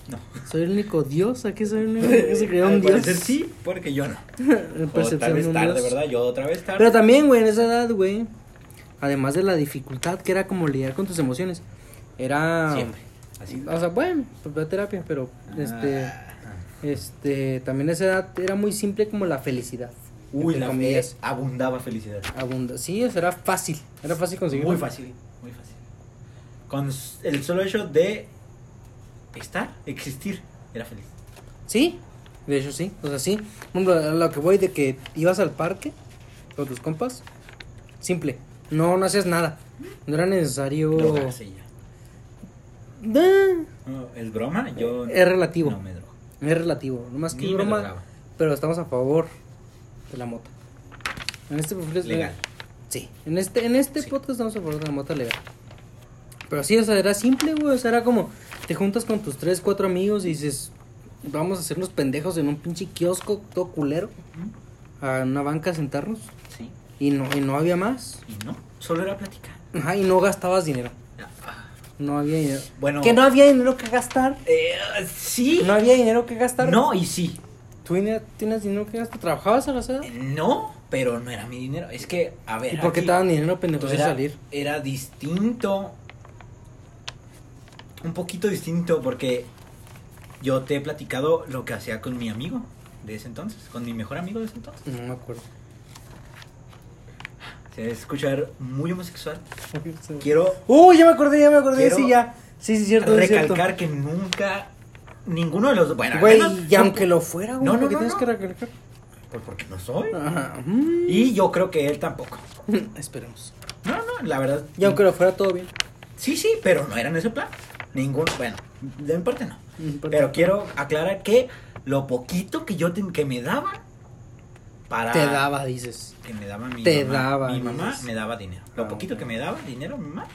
S2: no.
S1: Soy el único dios, aquí soy el único que se creó un
S2: [LAUGHS] Al
S1: dios. [LAUGHS]
S2: parecer sí, porque yo no.
S1: En
S2: O
S1: percepción
S2: tal
S1: de
S2: vez
S1: un
S2: tarde,
S1: dios.
S2: ¿verdad? Yo otra vez tarde.
S1: Pero también, güey, en esa edad, güey, además de la dificultad que era como lidiar con tus emociones, era...
S2: Siempre. Así.
S1: O sea, bueno, pues ve a terapia, pero este,
S2: Ah.
S1: este, también a esa edad era muy simple como la felicidad.
S2: Uy,
S1: entre
S2: la fe
S1: comillas.
S2: abundaba felicidad.
S1: Abunda. Sí, eso era fácil, era fácil conseguirlo.
S2: Muy fácil, muy fácil. Con s- el solo hecho de estar, existir, era feliz.
S1: Sí, de hecho sí, o sea, sí. Por ejemplo, a lo que voy de que ibas al parque con tus compas, simple, no, no hacías nada, no era necesario...
S2: Drogarse y ya.
S1: Ah,
S2: No, ¿Es broma? Yo
S1: Es relativo.
S2: no me drogo.
S1: Es relativo, nomás que
S2: Ni me
S1: broma,
S2: drogaba.
S1: pero estamos a favor de la mota. En este perfil es
S2: Legal.
S1: Sí, en este, en este
S2: Sí.
S1: podcast estamos a favor de la mota legal. Pero sí, o sea, era simple, güey. O sea, era como, te juntas con tus tres, cuatro amigos y dices, vamos a hacernos pendejos en un pinche kiosco todo culero,
S2: ¿Mm?
S1: a una banca a sentarnos.
S2: Sí.
S1: Y no, y no había más.
S2: Y no, solo era platicar.
S1: Ajá, y no gastabas dinero.
S2: Ah,
S1: No había dinero.
S2: Bueno.
S1: Que no había dinero que gastar.
S2: eh, sí.
S1: No había dinero que gastar.
S2: No y sí.
S1: ¿Tú dinero- tienes dinero que gastar? ¿Trabajabas a la seda?
S2: No, pero no era mi dinero. Es que, a ver.
S1: ¿Y por qué
S2: aquí-
S1: te daban dinero pendejo de
S2: era,
S1: salir?
S2: era distinto. Un poquito distinto porque yo te he platicado lo que hacía con mi amigo de ese entonces, con mi mejor amigo de ese entonces.
S1: No me acuerdo.
S2: Se escucha muy homosexual. Quiero
S1: Uh, ya me acordé, ya me acordé,
S2: Quiero
S1: sí, ya. Sí, sí, cierto, es cierto.
S2: recalcar que nunca ninguno de los dos, bueno, al
S1: Güey,
S2: menos-
S1: y aunque lo fuera, güey,
S2: No, no,
S1: ¿por qué
S2: no,
S1: tienes
S2: no.
S1: que recalcar?
S2: pues porque no soy.
S1: Ajá, mm,
S2: Y yo creo que él tampoco.
S1: Esperemos.
S2: No, no, la verdad.
S1: Y aunque lo fuera, todo bien.
S2: Sí, sí, pero no era en ese plan. Ninguno, bueno, de mi parte no.
S1: No importa.
S2: Pero quiero aclarar que lo poquito que yo ten- que me daba para
S1: Te daba, dices.
S2: que me daba mi
S1: Te
S2: mamá,
S1: daba,
S2: mi mamá
S1: dices.
S2: me daba dinero. Lo
S1: Ah,
S2: poquito
S1: ok.
S2: que me daba dinero mi mamá,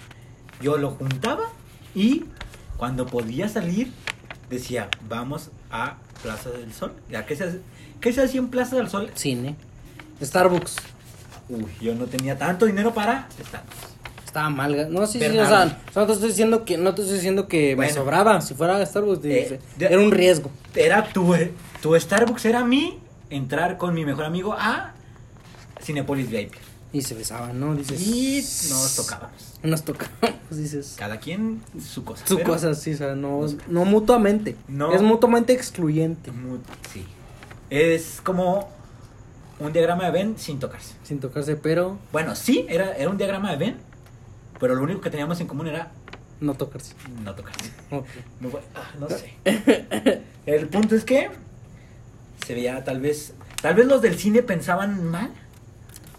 S2: yo lo juntaba y cuando podía salir decía, "Vamos a Plaza del Sol." ¿A qué se hace- qué se hacía en Plaza del Sol?
S1: Cine. Starbucks.
S2: Uy, yo no tenía tanto dinero para estar.
S1: Estaba mal. ga- No, sí, sí, o
S2: Bernardo.
S1: sea, o sea, no te estoy diciendo que, no te estoy diciendo que
S2: Bueno.
S1: me sobraba. Si fuera Starbucks,
S2: Eh,
S1: dices,
S2: de-
S1: era un riesgo.
S2: Era tu tu Starbucks era mi entrar con mi mejor amigo a Cinepolis VIP.
S1: Y se besaban, ¿no? Dices.
S2: Y nos tocábamos.
S1: Nos [LAUGHS] tocábamos, dices.
S2: Cada quien su cosa.
S1: Su
S2: pero-
S1: cosa, sí, o sea, no, no mutuamente.
S2: No.
S1: Es mutuamente excluyente.
S2: mu- Sí. Es como un diagrama de Venn sin tocarse.
S1: Sin tocarse, pero
S2: Bueno, sí, era, era un diagrama de Venn, pero lo único que teníamos en común era
S1: no tocarse.
S2: no tocarse.
S1: Ok.
S2: No, fue- ah,
S1: [LAUGHS]
S2: no sé. El punto es que se veía tal vez... Tal vez los del cine pensaban mal.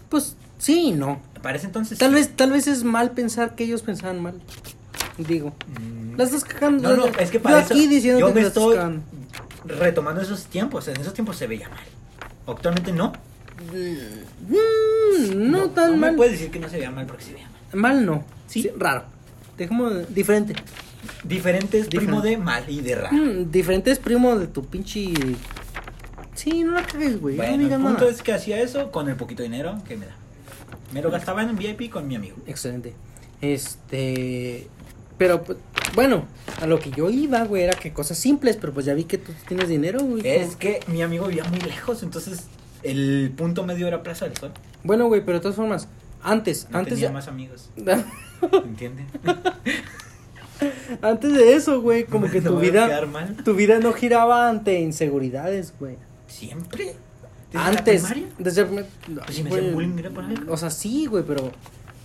S1: Pues sí y no.
S2: Para ese entonces.
S1: Tal
S2: sí.
S1: vez, tal vez es mal pensar que ellos pensaban mal. Digo.
S2: Mm,
S1: Las estás cagando.
S2: No, no, es que para
S1: yo
S2: eso-
S1: aquí diciendo
S2: yo
S1: que
S2: me
S1: las estás
S2: estoy-
S1: cagando.
S2: retomando esos tiempos, en esos tiempos se veía mal. Actualmente no.
S1: Mm, no, tan
S2: no me
S1: mal.
S2: puedes decir que no se veía mal porque se veía mal.
S1: Mal no.
S2: Sí.
S1: raro. Dejemos diferente.
S2: Diferente es primo
S1: Diferente.
S2: de mal y de raro.
S1: Mm, diferente es primo de tu pinche. Sí, no la cagues, güey.
S2: Bueno,
S1: no
S2: el
S1: digas
S2: punto
S1: nada.
S2: es que hacía eso con el poquito dinero que me da. Me lo gastaba en VIP con mi amigo.
S1: Excelente. Este. Pero, pues, bueno, a lo que yo iba, güey, era que cosas simples, pero pues ya vi que tú tienes dinero, güey.
S2: Es que mi amigo vivía muy lejos, entonces el punto medio era Plaza del Sol.
S1: Bueno, güey, pero de todas formas, antes,
S2: No
S1: antes.
S2: tenía
S1: de- [LAUGHS]
S2: más amigos, ¿entiendes?
S1: Antes de eso, güey,
S2: [LAUGHS]
S1: como que
S2: No
S1: tu
S2: voy a
S1: vida,
S2: quedar mal.
S1: tu vida no giraba ante inseguridades, güey.
S2: Siempre. ¿Desde
S1: Antes,
S2: La primaria?
S1: desde el primer-
S2: Pues si me
S1: güey,
S2: hacían bullying, ¿era por algo?
S1: O sea, sí, güey, pero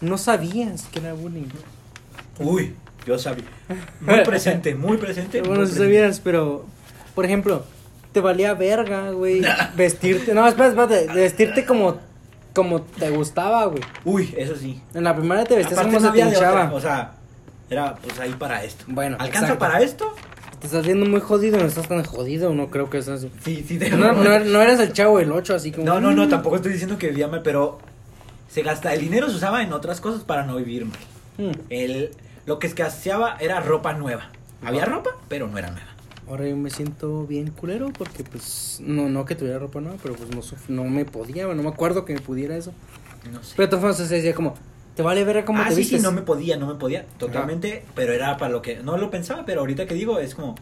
S1: no sabías que era bullying.
S2: Uy,
S1: [LAUGHS]
S2: yo sabía. Muy presente, muy presente. muy
S1: Bueno, sí
S2: presente.
S1: sabías, pero por ejemplo, te valía verga,
S2: [LAUGHS]
S1: güey, vestirte, no, espérate, espérate, vestirte como como te gustaba, güey.
S2: Uy, eso sí.
S1: En la primera te vestías
S2: Aparte
S1: como
S2: no
S1: se te
S2: había de otra,
S1: hinchaba.
S2: O sea, era pues ahí para esto.
S1: Bueno,
S2: ¿Alcanza
S1: exacto.
S2: para esto?
S1: Te estás viendo muy jodido, no estás tan jodido, no creo que
S2: [LAUGHS]
S1: seas así.
S2: Sí, sí. de-
S1: No, no, no eres el chavo el 8, así como. "Mm,
S2: No, no, no, tampoco estoy diciendo que vivía mal, pero se gasta, el dinero se usaba en otras cosas para no vivir mal.
S1: Mm,
S2: El, lo que escaseaba era ropa nueva. Había ropa, pero no era nueva.
S1: Ahora yo me siento bien culero porque, pues, no, no que tuviera ropa nueva, pero pues no, suf- no me podía, no me acuerdo que me pudiera eso.
S2: No sé.
S1: Pero de todas formas se decía como, te vale ver cómo
S2: ah,
S1: te
S2: sí,
S1: vistes.
S2: sí, no me podía, no me podía, totalmente, pero era para lo que, no lo pensaba, pero ahorita que digo, es como,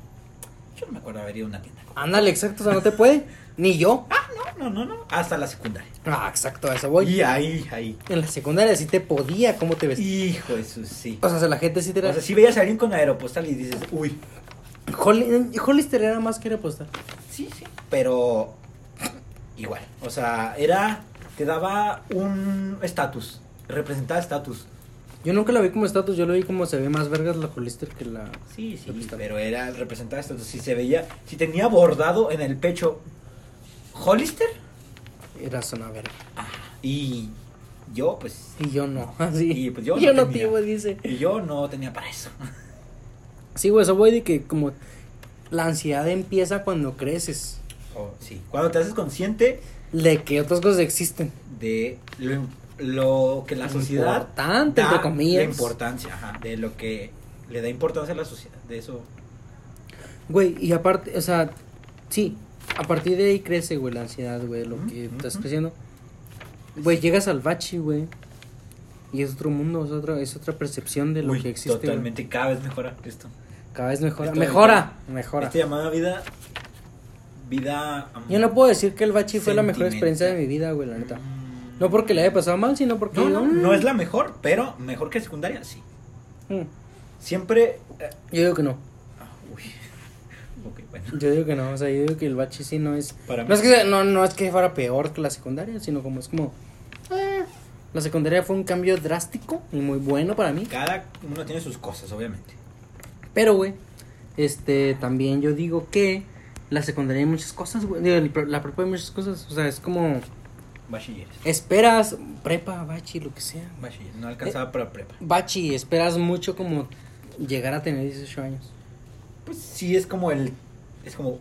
S2: yo no me acuerdo haber ido a una tienda.
S1: Ándale, exacto, o sea, no te puede, ni yo.
S2: No, no, no, no, hasta la secundaria.
S1: Ah, exacto, a eso voy. Pues,
S2: Y ahí, ahí.
S1: En la secundaria sí te podía cómo te vestías.
S2: Hijo de su, sí.
S1: O sea, la gente sí te era...
S2: O sea, si veías a alguien con aeropostal y dices, uy,
S1: Holli- Hollister era más que era apostar.
S2: Sí, sí. Pero igual. O sea, era. Te daba un estatus. Representaba estatus.
S1: Yo nunca la vi como estatus, yo lo vi como se ve más vergas la Hollister que la...
S2: Sí, sí.
S1: Representaba.
S2: Pero era. Representaba estatus. Si se veía. Si tenía bordado en el pecho. Hollister.
S1: Era zona verga.
S2: Y yo, pues.
S1: Y yo no, [LAUGHS] así.
S2: Y, pues, yo
S1: yo
S2: no
S1: no
S2: tenía.
S1: tío, dice.
S2: Y yo no tenía para eso.
S1: Sí, güey, eso voy de que como la ansiedad empieza cuando creces,
S2: Oh, sí. Cuando te haces consciente
S1: de que otras cosas existen.
S2: de lo, lo que la sociedad.
S1: Importante, entre comillas.
S2: La importancia, ajá. De lo que le da importancia a la sociedad. De eso.
S1: Güey, y aparte, o sea, sí, a partir de ahí crece, güey, la ansiedad, güey, lo
S2: Ujú,
S1: que
S2: ujú.
S1: estás creciendo. Güey, llegas al bachi, güey. Y es otro mundo, es otra, es otra percepción de lo
S2: Uy,
S1: que existe. güey.
S2: Totalmente, cada vez mejora esto.
S1: Cada vez mejora.
S2: Esto-
S1: mejora, mejora.
S2: Esta llamada vida. Vida. um,
S1: Yo no puedo decir que el bachi fue la mejor
S2: Sentimental.
S1: experiencia de mi vida, güey, la neta.
S2: mm,
S1: No porque le haya pasado mal, sino porque...
S2: No, no, no
S1: Mm.
S2: es la mejor, pero mejor que secundaria, sí.
S1: Mm.
S2: Siempre. eh,
S1: Yo digo que no.
S2: ah, uy. [LAUGHS] Ok, bueno.
S1: Yo digo que no, o sea, yo digo que el bachi sí no es...
S2: Para
S1: No
S2: mí.
S1: es que, sea- no, no es que fuera peor que la secundaria, sino como es como... eh, la secundaria fue un cambio drástico y muy bueno para mí.
S2: Cada uno tiene sus cosas, obviamente.
S1: Pero, güey, este, también yo digo que la secundaria hay muchas cosas, güey. digo, el pre- La prepa hay muchas cosas, o sea, es como...
S2: Bachilleres.
S1: Esperas prepa, bachi, lo que sea.
S2: Bachilleres. No alcanzaba
S1: Eh.
S2: para prepa.
S1: Bachi, esperas mucho como llegar a tener 18 años.
S2: Pues sí, es como el. Es como.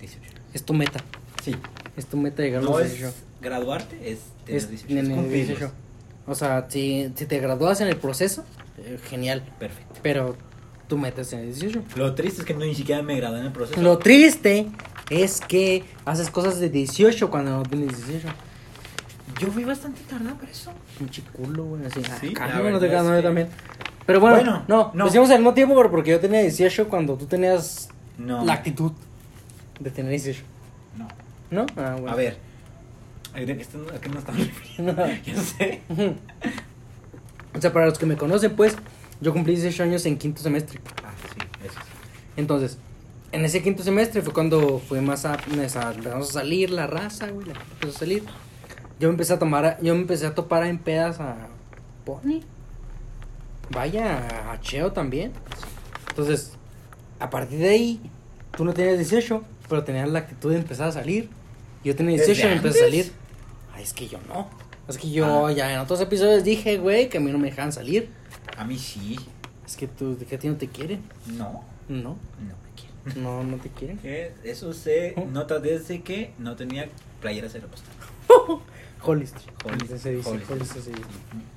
S2: 18.
S1: Es tu meta,
S2: Sí.
S1: es tu meta llegar a
S2: No
S1: los
S2: es
S1: 18.
S2: graduarte, es tener
S1: Es
S2: 18. Es
S1: tener
S2: cumplirlos.
S1: 18. O sea, si, si te gradúas en el proceso, eh, genial.
S2: Perfecto.
S1: Pero tú metes en el 18.
S2: Lo triste es que no ni siquiera me gradué en el proceso.
S1: Lo triste es que haces cosas de 18 cuando no tienes 18.
S2: Yo fui bastante tardado para eso.
S1: Un culo, güey. Así, ah,
S2: Sí,
S1: cabrón,
S2: la
S1: no
S2: verdad
S1: te creas,
S2: es
S1: no, yo
S2: que-
S1: también. Pero bueno,
S2: Bueno,
S1: no,
S2: no.
S1: lo hicimos al mismo tiempo pero porque yo tenía 18 cuando tú tenías
S2: No.
S1: la actitud de tener 18.
S2: No.
S1: ¿No? Ah, bueno.
S2: A ver. ¿A qué están- a qué nos estamos [LAUGHS] refiriendo?
S1: No.
S2: Yo sé.
S1: Ujú. O sea, para los que me conocen, pues, yo cumplí 18 años en quinto semestre.
S2: Ah, sí, eso sí.
S1: Entonces, en ese quinto semestre fue cuando fue más a, mes- a- empezamos a salir la raza, güey, la gente empezó a salir. Yo me empecé a tomar, a- yo me empecé a topar en pedas a Pony. Vaya, a Cheo también. Entonces, a partir de ahí, tú no tenías 18, pero tenías la actitud de empezar a salir. Yo tenía
S2: ¿Desde
S1: 18 y empecé a
S2: antes?
S1: salir. Ay, es que yo no. Es que yo
S2: Ah.
S1: ya en otros episodios dije, güey, que a mí no me dejaban salir.
S2: A mí sí.
S1: Es que tú, que a ti no te quieren.
S2: No,
S1: No,
S2: no me quiero.
S1: no, no te quieren.
S2: Eh, Eso se nota desde que no tenía playera cero postal.
S1: Hollister.
S2: Hollister,
S1: Se dice,
S2: Hollister.
S1: Hollister se dice.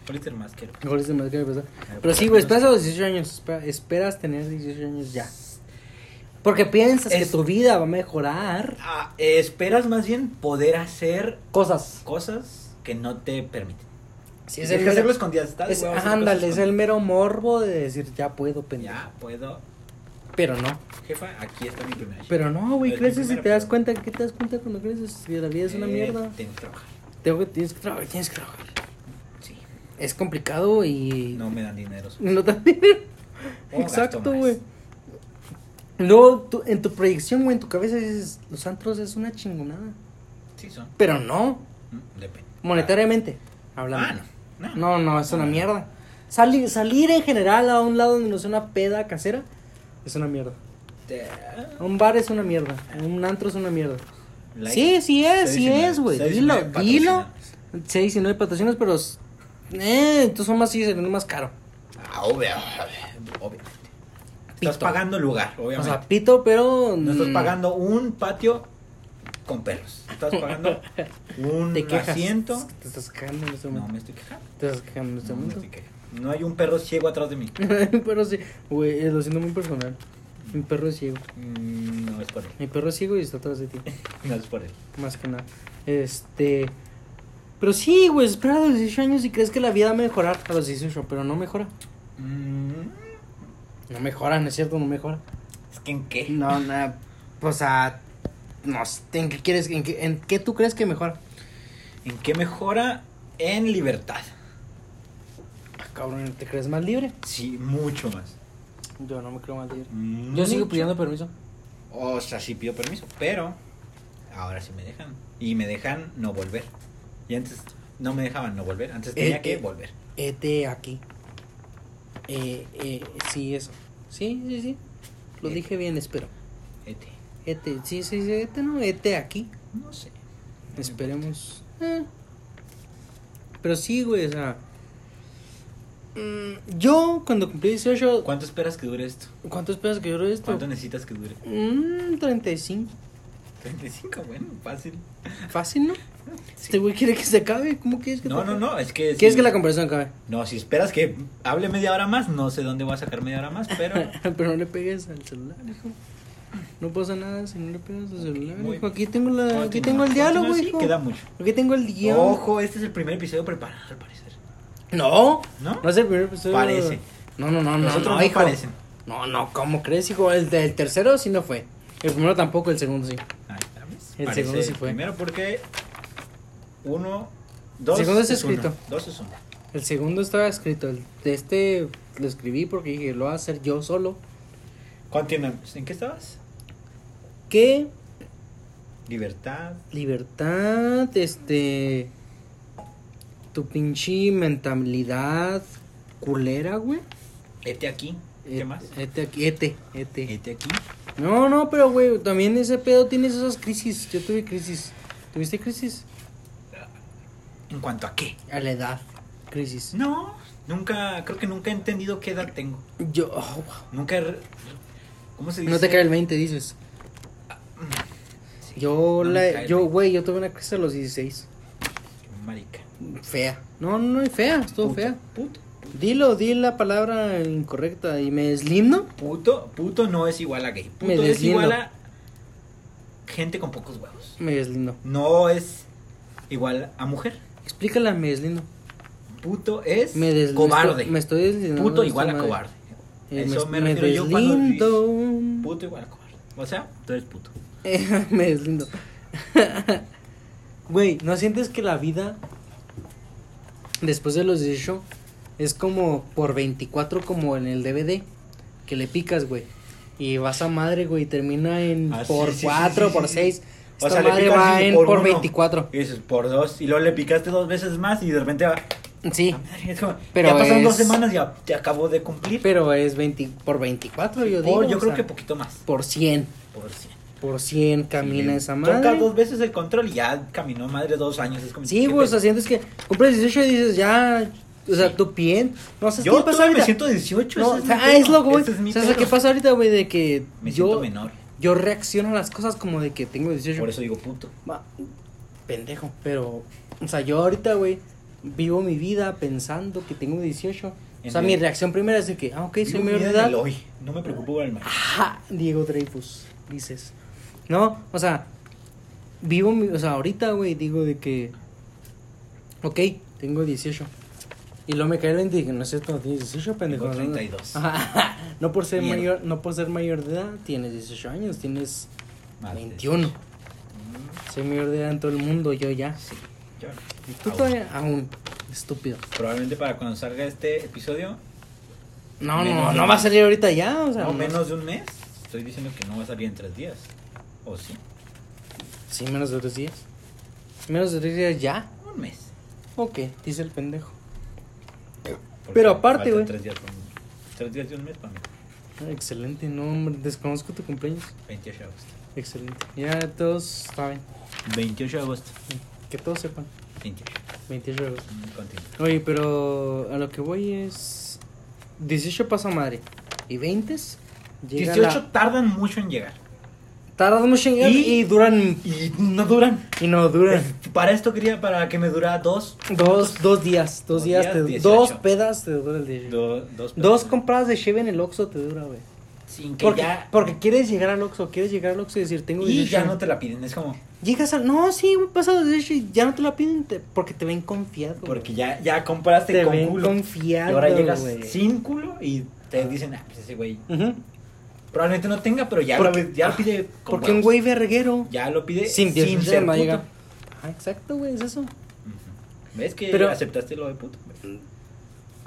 S2: Politer más quiero.
S1: Hollister más que me pesa. Pero sí, güey, esperas a los 18 años. espera- esperas tener 18 años ya. Porque piensas que
S2: Es-
S1: tu vida va a mejorar.
S2: Ah, eh, esperas más bien poder hacer
S1: Cosas.
S2: cosas que no te permiten.
S1: Sí,
S2: Si
S1: es
S2: que
S1: el mero,
S2: hacerlo escondidas. Estás,
S1: es-
S2: güey, vas a
S1: ajá,
S2: hacer cosas
S1: ándale, es el mero morbo de decir ya puedo, pendejo.
S2: escondidas. Ya puedo.
S1: Pero no.
S2: Jefa, aquí está mi primera.
S1: Pero no, güey,
S2: Es mi
S1: creces y
S2: primera
S1: te das
S2: pregunta.
S1: cuenta. ¿Qué te das cuenta cuando creces? Que la vida es una
S2: Eh,
S1: mierda.
S2: Tengo que trabajar.
S1: Tengo que, tienes que trabajar, tienes que trabajar.
S2: Sí.
S1: Es complicado y.
S2: No me dan dinero.
S1: [LAUGHS] No te dan dinero.
S2: O gasto
S1: Exacto,
S2: más.
S1: güey. No, tú- en tu proyección, güey, en tu cabeza dices, los antros es una chingonada.
S2: Sí, son.
S1: Pero no,
S2: Mm, Depende.
S1: monetariamente. Hablando.
S2: Ah, no. No.
S1: No, no, es
S2: No,
S1: una
S2: no.
S1: mierda. Salir, salir en general a un lado donde no sea una peda casera es una mierda.
S2: Te- ah,
S1: Un bar es una mierda. Un antro es una mierda.
S2: Like.
S1: Sí, sí es,
S2: Seis
S1: sí
S2: y nueve.
S1: es, güey.
S2: Seis y
S1: Dilo,
S2: nueve
S1: dilo.
S2: patrocinados.
S1: Seis y nueve patrocinios, pero. s- Eh, entonces son más, sí, se vende más caro.
S2: Ah, obvio, obvio, obviamente. Estás
S1: Pito.
S2: pagando el lugar,
S1: O
S2: obviamente.
S1: sea, pito, pero.
S2: no estás
S1: mm,
S2: pagando un patio con perros. Estás
S1: [LAUGHS]
S2: pagando un
S1: Te quejas.
S2: asiento.
S1: Te estás quejando en este
S2: No
S1: momento.
S2: me estoy quejando.
S1: Te estás quejando en este
S2: No, me
S1: momento.
S2: estoy quejando. No hay un perro ciego
S1: [LAUGHS]
S2: atrás de mí.
S1: pero sí, güey, eh, lo siento muy personal. Mi perro es ciego.
S2: Mm, No es por él.
S1: Mi perro es ciego y está atrás de
S2: [LAUGHS]
S1: ti.
S2: No es por él.
S1: Más que nada. Este. Pero sí, güey, espera a los 18 años y crees que la vida va a mejorar a los 18, pero no mejora.
S2: Mm,
S1: No mejora, no es cierto, no mejora.
S2: Es que en qué.
S1: No, no. O sea, no sé, ¿en qué quieres, en qué, en qué tú crees que mejora?
S2: ¿En qué mejora? En libertad.
S1: Ah, cabrón, ¿te crees más libre?
S2: Sí, mucho más.
S1: Yo no me creo más libre. Yo
S2: Mucho.
S1: sigo pidiendo permiso.
S2: O sea, sí pido permiso, pero ahora sí me dejan. Y me dejan no volver. Y antes no me dejaban no volver, antes tenía
S1: Eh,
S2: que
S1: eh.
S2: volver.
S1: Este aquí. Eh, eh, sí, eso. Sí, sí, sí. Lo
S2: Eh.
S1: dije bien, espero.
S2: Ete,
S1: Este, sí, sí, sí, este no, este aquí.
S2: E no sé.
S1: Esperemos.
S2: E
S1: Eh. Pero sí, güey, o sea. mm, Yo, cuando cumplí 18,
S2: ¿Cuánto esperas que dure esto?
S1: ¿cuánto esperas que dure esto?
S2: ¿Cuánto necesitas que dure?
S1: Mm, 35.
S2: 35, bueno, fácil.
S1: Fácil, ¿no?
S2: [LAUGHS] Sí.
S1: Este güey quiere que se acabe. ¿Cómo quieres que
S2: No,
S1: te
S2: no,
S1: acabe?
S2: no, es que...
S1: ¿Quieres
S2: si-
S1: que la conversación acabe?
S2: No, si esperas que hable media hora más, no sé dónde voy a sacar media hora más,
S1: [LAUGHS]
S2: pero...
S1: Pero no le pegues al celular, hijo. No pasa nada si no le pegas al celular,
S2: muy
S1: hijo. Aquí tengo, la, Ah, aquí
S2: Continúa,
S1: tengo el diálogo,
S2: continúa, sí,
S1: hijo.
S2: queda mucho.
S1: Aquí tengo el guión.
S2: Ojo, este es el primer episodio preparado, al parecer.
S1: No,
S2: ¿No?
S1: no es el primer episodio.
S2: Parece.
S1: No, no, no, no,
S2: Los otros
S1: no,
S2: no
S1: hijo.
S2: parecen.
S1: No, no, ¿cómo crees, hijo? El, del tercero sí no fue. El primero tampoco, el segundo sí.
S2: Ahí está, ¿ves?
S1: El
S2: Parece
S1: segundo sí fue.
S2: Primero porque uno, dos.
S1: El segundo es
S2: uno,
S1: escrito.
S2: dos es uno.
S1: El segundo estaba escrito. El de este lo escribí porque dije, lo voy a hacer yo solo.
S2: Continuamos. ¿En qué estabas?
S1: Que
S2: Libertad.
S1: libertad, este. Tu pinche mentalidad culera, güey.
S2: Este aquí. ¿Qué
S1: Et-
S2: más?
S1: Ete, aquí- ete, ete.
S2: Este aquí.
S1: No, no, pero güey, también ese pedo tienes esas crisis. Yo tuve crisis. ¿Tuviste crisis?
S2: ¿En cuanto a qué?
S1: A la edad. Crisis.
S2: No, nunca, creo que nunca he entendido qué edad tengo.
S1: Yo. oh, wow.
S2: Nunca. he re- ¿Cómo se dice?
S1: No te cae el 20, dices.
S2: Sí,
S1: Yo,
S2: Ah, no me cae
S1: la,
S2: el
S1: yo,
S2: 20.
S1: güey, yo tuve una crisis a los 16.
S2: Marica.
S1: Fea. No, no, y fea, estuvo
S2: Puto,
S1: fea.
S2: Puto.
S1: Dilo, di la palabra incorrecta y me deslindo.
S2: Puto, puto no es igual a gay. Puto
S1: Me
S2: es
S1: deslindo.
S2: igual a gente con pocos huevos.
S1: Me deslindo.
S2: No es igual a mujer.
S1: Explícala, me deslindo.
S2: Puto es
S1: Me deslindo.
S2: cobarde.
S1: Me estoy deslindando.
S2: puto
S1: de
S2: igual a
S1: esta madre.
S2: cobarde.
S1: Eh,
S2: Eso me,
S1: me, me
S2: refiero yo cuando
S1: deslindo.
S2: dices puto igual a cobarde. O sea, tú eres puto.
S1: Eh, [LAUGHS] me deslindo. [LAUGHS] Güey, ¿no sientes que la vida después de los 18 es como por 24 como en el DVD? Que le picas, güey. Y vas a madre, güey, y termina en
S2: Ah, sí,
S1: por
S2: sí, sí,
S1: 4,
S2: sí,
S1: por
S2: sí.
S1: 6.
S2: O
S1: Esta
S2: sea, le
S1: madre
S2: picas
S1: va
S2: y
S1: en
S2: por
S1: por,
S2: uno.
S1: 24.
S2: Y dices por dos. Y luego le picaste dos veces más y de repente va.
S1: Sí,
S2: "Ah, madre", es como,
S1: Pero
S2: ya pasaron
S1: es-
S2: dos semanas y ya te acabo de cumplir.
S1: pero es 20, por 24, yo
S2: por,
S1: digo.
S2: yo
S1: o
S2: creo
S1: sea,
S2: que poquito más.
S1: por 100.
S2: Por cien.
S1: por 100 camina
S2: Sí.
S1: esa
S2: Toca
S1: madre.
S2: dos veces el control y ya caminó madre dos años. Es como,
S1: Sí,
S2: ¿qué
S1: güey, o sea,
S2: pedo?
S1: sientes que compras 18 y dices, ya, o sea,
S2: Sí.
S1: tu bien. No, o sea,
S2: Yo
S1: ¿qué pasa
S2: todavía me
S1: ahorita?
S2: siento 18.
S1: No,
S2: ese
S1: o
S2: es
S1: sea,
S2: mi
S1: ah, es
S2: pedo,
S1: lo güey.
S2: ese es mi
S1: o sea, o sea,
S2: pedo.
S1: ¿qué pasa ahorita, güey? De que
S2: Me siento
S1: yo,
S2: menor.
S1: yo reacciono a las cosas como de que tengo 18.
S2: Por eso digo puto.
S1: Va, pendejo, pero, o sea, yo ahorita, güey, vivo mi vida pensando que tengo 18. O sea,
S2: En
S1: mi
S2: el-
S1: reacción primera es de que, ah, ok,
S2: Vivo
S1: soy
S2: mi
S1: mayor de
S2: vida en
S1: edad.
S2: el hoy. No me preocupo por el mal.
S1: Ajá, Diego Dreyfus, dices. No, o sea, vivo, mi, o sea, ahorita, güey, digo de que, ok, tengo 18. Y luego me cae el 20 y dije, no es cierto, no tienes 18, pendejo.
S2: Tengo
S1: no, no.
S2: 32.
S1: Ajá, [LAUGHS] No por ser
S2: Mierda.
S1: mayor, no por ser mayor de edad, tienes 18 años, tienes
S2: Más de
S1: 21.
S2: Mm,
S1: Soy mayor de edad en todo el mundo, yo ya.
S2: Sí, yo no.
S1: Tú
S2: Aún.
S1: todavía aún, estúpido.
S2: Probablemente para cuando salga este episodio,
S1: No,
S2: Menos
S1: no,
S2: de
S1: no
S2: un
S1: va a
S2: mes.
S1: salir ahorita ya, o sea.
S2: no
S1: no-
S2: menos de un mes, estoy diciendo que no va a salir en tres días. ¿O sí?
S1: Sí, menos de tres días. Menos de tres días ya.
S2: Un mes.
S1: Ok, dice el pendejo.
S2: Porque
S1: Pero aparte,
S2: faltan
S1: güey.
S2: Tres días, para mí. tres días de un mes para mí.
S1: Ah, Excelente, no, hombre, desconozco tu cumpleaños.
S2: 28 de agosto.
S1: Excelente. Ya todos saben,
S2: 28 de agosto.
S1: que todos sepan.
S2: 28.
S1: 28 de agosto.
S2: Mm, Continúa.
S1: Oye, pero a lo que voy es. 18 pasa madre. Y 20 llega
S2: 18
S1: la-
S2: tardan mucho en llegar.
S1: Tardan mucho en llegar
S2: Y-
S1: y duran.
S2: Y no duran.
S1: Y no
S2: [LAUGHS]
S1: duran.
S2: Para esto quería, para que me durara dos.
S1: Dos, dos días, dos,
S2: Dos
S1: días,
S2: días,
S1: te-
S2: 18.
S1: dos pedas te dura el 18.
S2: do- dos,
S1: Dos compradas de Cheve en el Oxxo te dura, güey.
S2: Sin que
S1: Porque,
S2: ya.
S1: porque quieres llegar al Oxxo, quieres llegar al Oxxo y decir, tengo
S2: y
S1: 18.
S2: ya no te la piden. Es como.
S1: Llegas al... No, sí, güey, pasa los 18 y ya no te la piden te- porque te ven confiado. güey.
S2: Porque ya, ya compraste
S1: te
S2: con
S1: ven
S2: culo.
S1: confiado,
S2: y ahora llegas
S1: güey.
S2: sin culo y te dicen, ah, pues ese güey
S1: Ujú.
S2: probablemente no tenga, pero ya,
S1: Porque-
S2: lo, ya lo pide. con
S1: Porque un
S2: huevos.
S1: güey verguero
S2: Ya lo pide
S1: sin
S2: sin,
S1: 18
S2: ser
S1: no
S2: puto.
S1: llega. Ah, exacto, güey, es eso.
S2: Ujú. ¿Ves que
S1: Pero-
S2: aceptaste lo de puto? güey?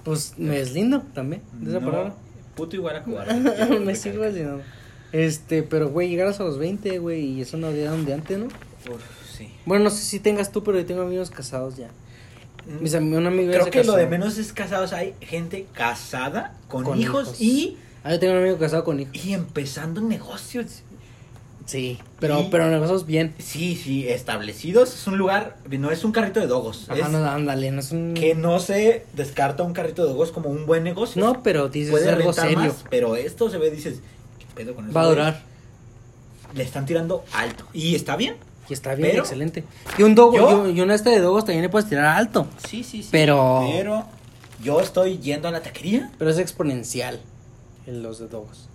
S1: Pues me es lindo también, de esa
S2: No, [LAUGHS]
S1: palabra. [LAUGHS]
S2: Puto igual a cobarde. Quiero
S1: me
S2: recalcar.
S1: sigo haciendo. Este, pero güey, llegaras a los 20, güey, y es una vida donde antes, ¿no?
S2: Uf, sí.
S1: Bueno, no sé si tengas tú, pero yo tengo amigos casados ya. Mis am- un amigo ya
S2: Creo
S1: se
S2: que lo
S1: casó.
S2: de menos es casados. Hay gente casada con,
S1: Con hijos.
S2: hijos, Y,
S1: Ah, yo tengo un amigo casado con hijos.
S2: y empezando negocios.
S1: Sí, pero,
S2: Y-
S1: pero negocios bien.
S2: Sí, sí, establecidos. Es un lugar, no es un carrito de dogos.
S1: Ajá,
S2: es
S1: no, ándale, no es un...
S2: que no se descarta un carrito de dogos como un buen negocio.
S1: No, pero dices
S2: puede
S1: es algo
S2: rentar
S1: serio.
S2: más, pero esto se ve, dices, ¿qué pedo con eso?
S1: Va a
S2: güey?
S1: durar.
S2: Le están tirando alto. Y está bien.
S1: Y está bien,
S2: Pero-
S1: excelente. Y un dogo,
S2: ¿Yo?
S1: y un- y una este de dogos también le puedes tirar alto.
S2: Sí, sí, sí.
S1: Pero-
S2: Pero yo estoy yendo a la taquería.
S1: Pero es exponencial en los de dogos.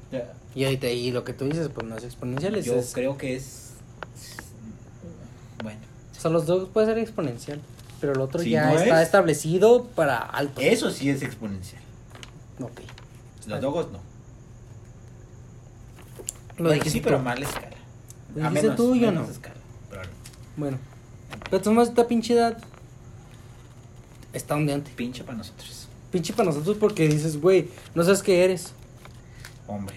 S1: Y ahorita, y lo que tú dices, pues no es exponencial, es,
S2: Yo
S1: es-
S2: creo que es. Bueno.
S1: O sea, los dogos puede ser exponencial. Pero el otro
S2: Si
S1: ya
S2: no
S1: está
S2: es- eh,
S1: establecido para alto.
S2: Eso sí es exponencial.
S1: Ok.
S2: Los dogos no.
S1: Lo
S2: Bueno,
S1: dijiste
S2: sí,
S1: tú.
S2: pero a más la escala.
S1: Lo
S2: a
S1: dijiste tú y yo
S2: menos
S1: no.
S2: escala, pero no.
S1: Bueno. Pero tú más esta pinche edad. Está ondeante.
S2: Pinche para nosotros.
S1: Pinche para nosotros porque dices, güey, no sabes qué eres.
S2: Hombre.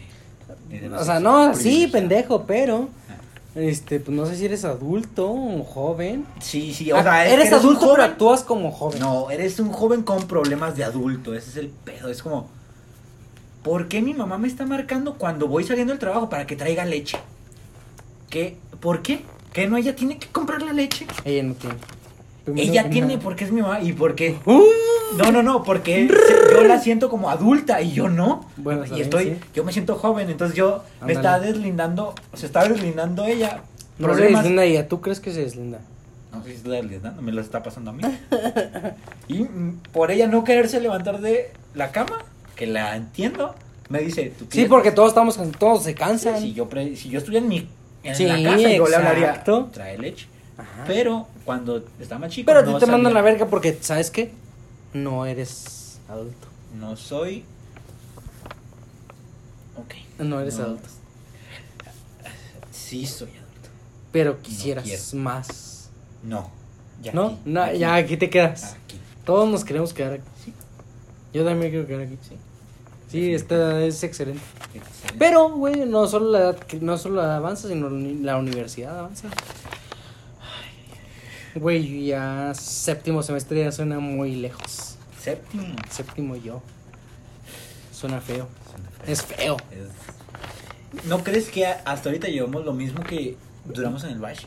S2: Desde los
S1: O sea, no, sí,
S2: privilegiados.
S1: pendejo, pero.
S2: Ah.
S1: Este, pues no sé si eres adulto o joven.
S2: Sí, sí. O sea, es que
S1: Ah, eres,
S2: un
S1: adulto, pero
S2: joven.
S1: actúas como joven.
S2: No, eres un joven con problemas de adulto. Ese es el pedo. Es como, ¿por qué mi mamá me está marcando cuando voy saliendo del trabajo para que traiga leche? ¿Qué? ¿Por qué? ¿Que no ella tiene que comprar la leche?
S1: Ella no tiene. Primero
S2: Ella
S1: que
S2: tiene
S1: nada.
S2: porque es mi mamá y porque...
S1: ¡Uh!
S2: No, no, no, porque se- yo la siento como adulta y yo no.
S1: Bueno,
S2: y
S1: también,
S2: estoy,
S1: sí.
S2: yo me siento joven, entonces yo
S1: Ándale.
S2: me está deslindando, se está deslindando ella.
S1: No se
S2: Problemas.
S1: deslinda ella. ¿Tú crees que se deslinda?
S2: No sé si es la realidad, me lo está pasando a mí. [LAUGHS] Y mm, por ella no quererse levantar de la cama, que la entiendo, me dice, tú
S1: Sí,
S2: tienes-
S1: porque todos estamos can- todos se cansan.
S2: Si yo, pre- si yo estuviera en mi en
S1: Sí,
S2: la casa, yo le hablaría,
S1: exacto.
S2: trae leche.
S1: Ajá.
S2: Pero cuando está más chico,
S1: Pero a ti
S2: no
S1: te mandan la
S2: sabía.
S1: verga porque, ¿sabes qué? No eres adulto.
S2: No soy... Ok.
S1: No eres adulto.
S2: Sí soy adulto.
S1: Pero
S2: quiero.
S1: quisieras más.
S2: No. Ya
S1: ¿No?
S2: aquí,
S1: No,
S2: aquí,
S1: ya aquí te quedas.
S2: Aquí.
S1: Todos nos queremos quedar aquí.
S2: Sí.
S1: Yo también me quiero quedar aquí. Sí, sí
S2: Definitivamente.
S1: esta es excelente.
S2: Excelente.
S1: Pero, güey, no solo la edad, que- no solo la edad avanza, sino la uni- la universidad avanza. Güey, yo ya séptimo semestre ya suena muy lejos.
S2: Séptimo.
S1: Séptimo yo. Suena feo. Es feo.
S2: Es- ¿No crees que a- hasta ahorita llevamos lo mismo que duramos en el bache?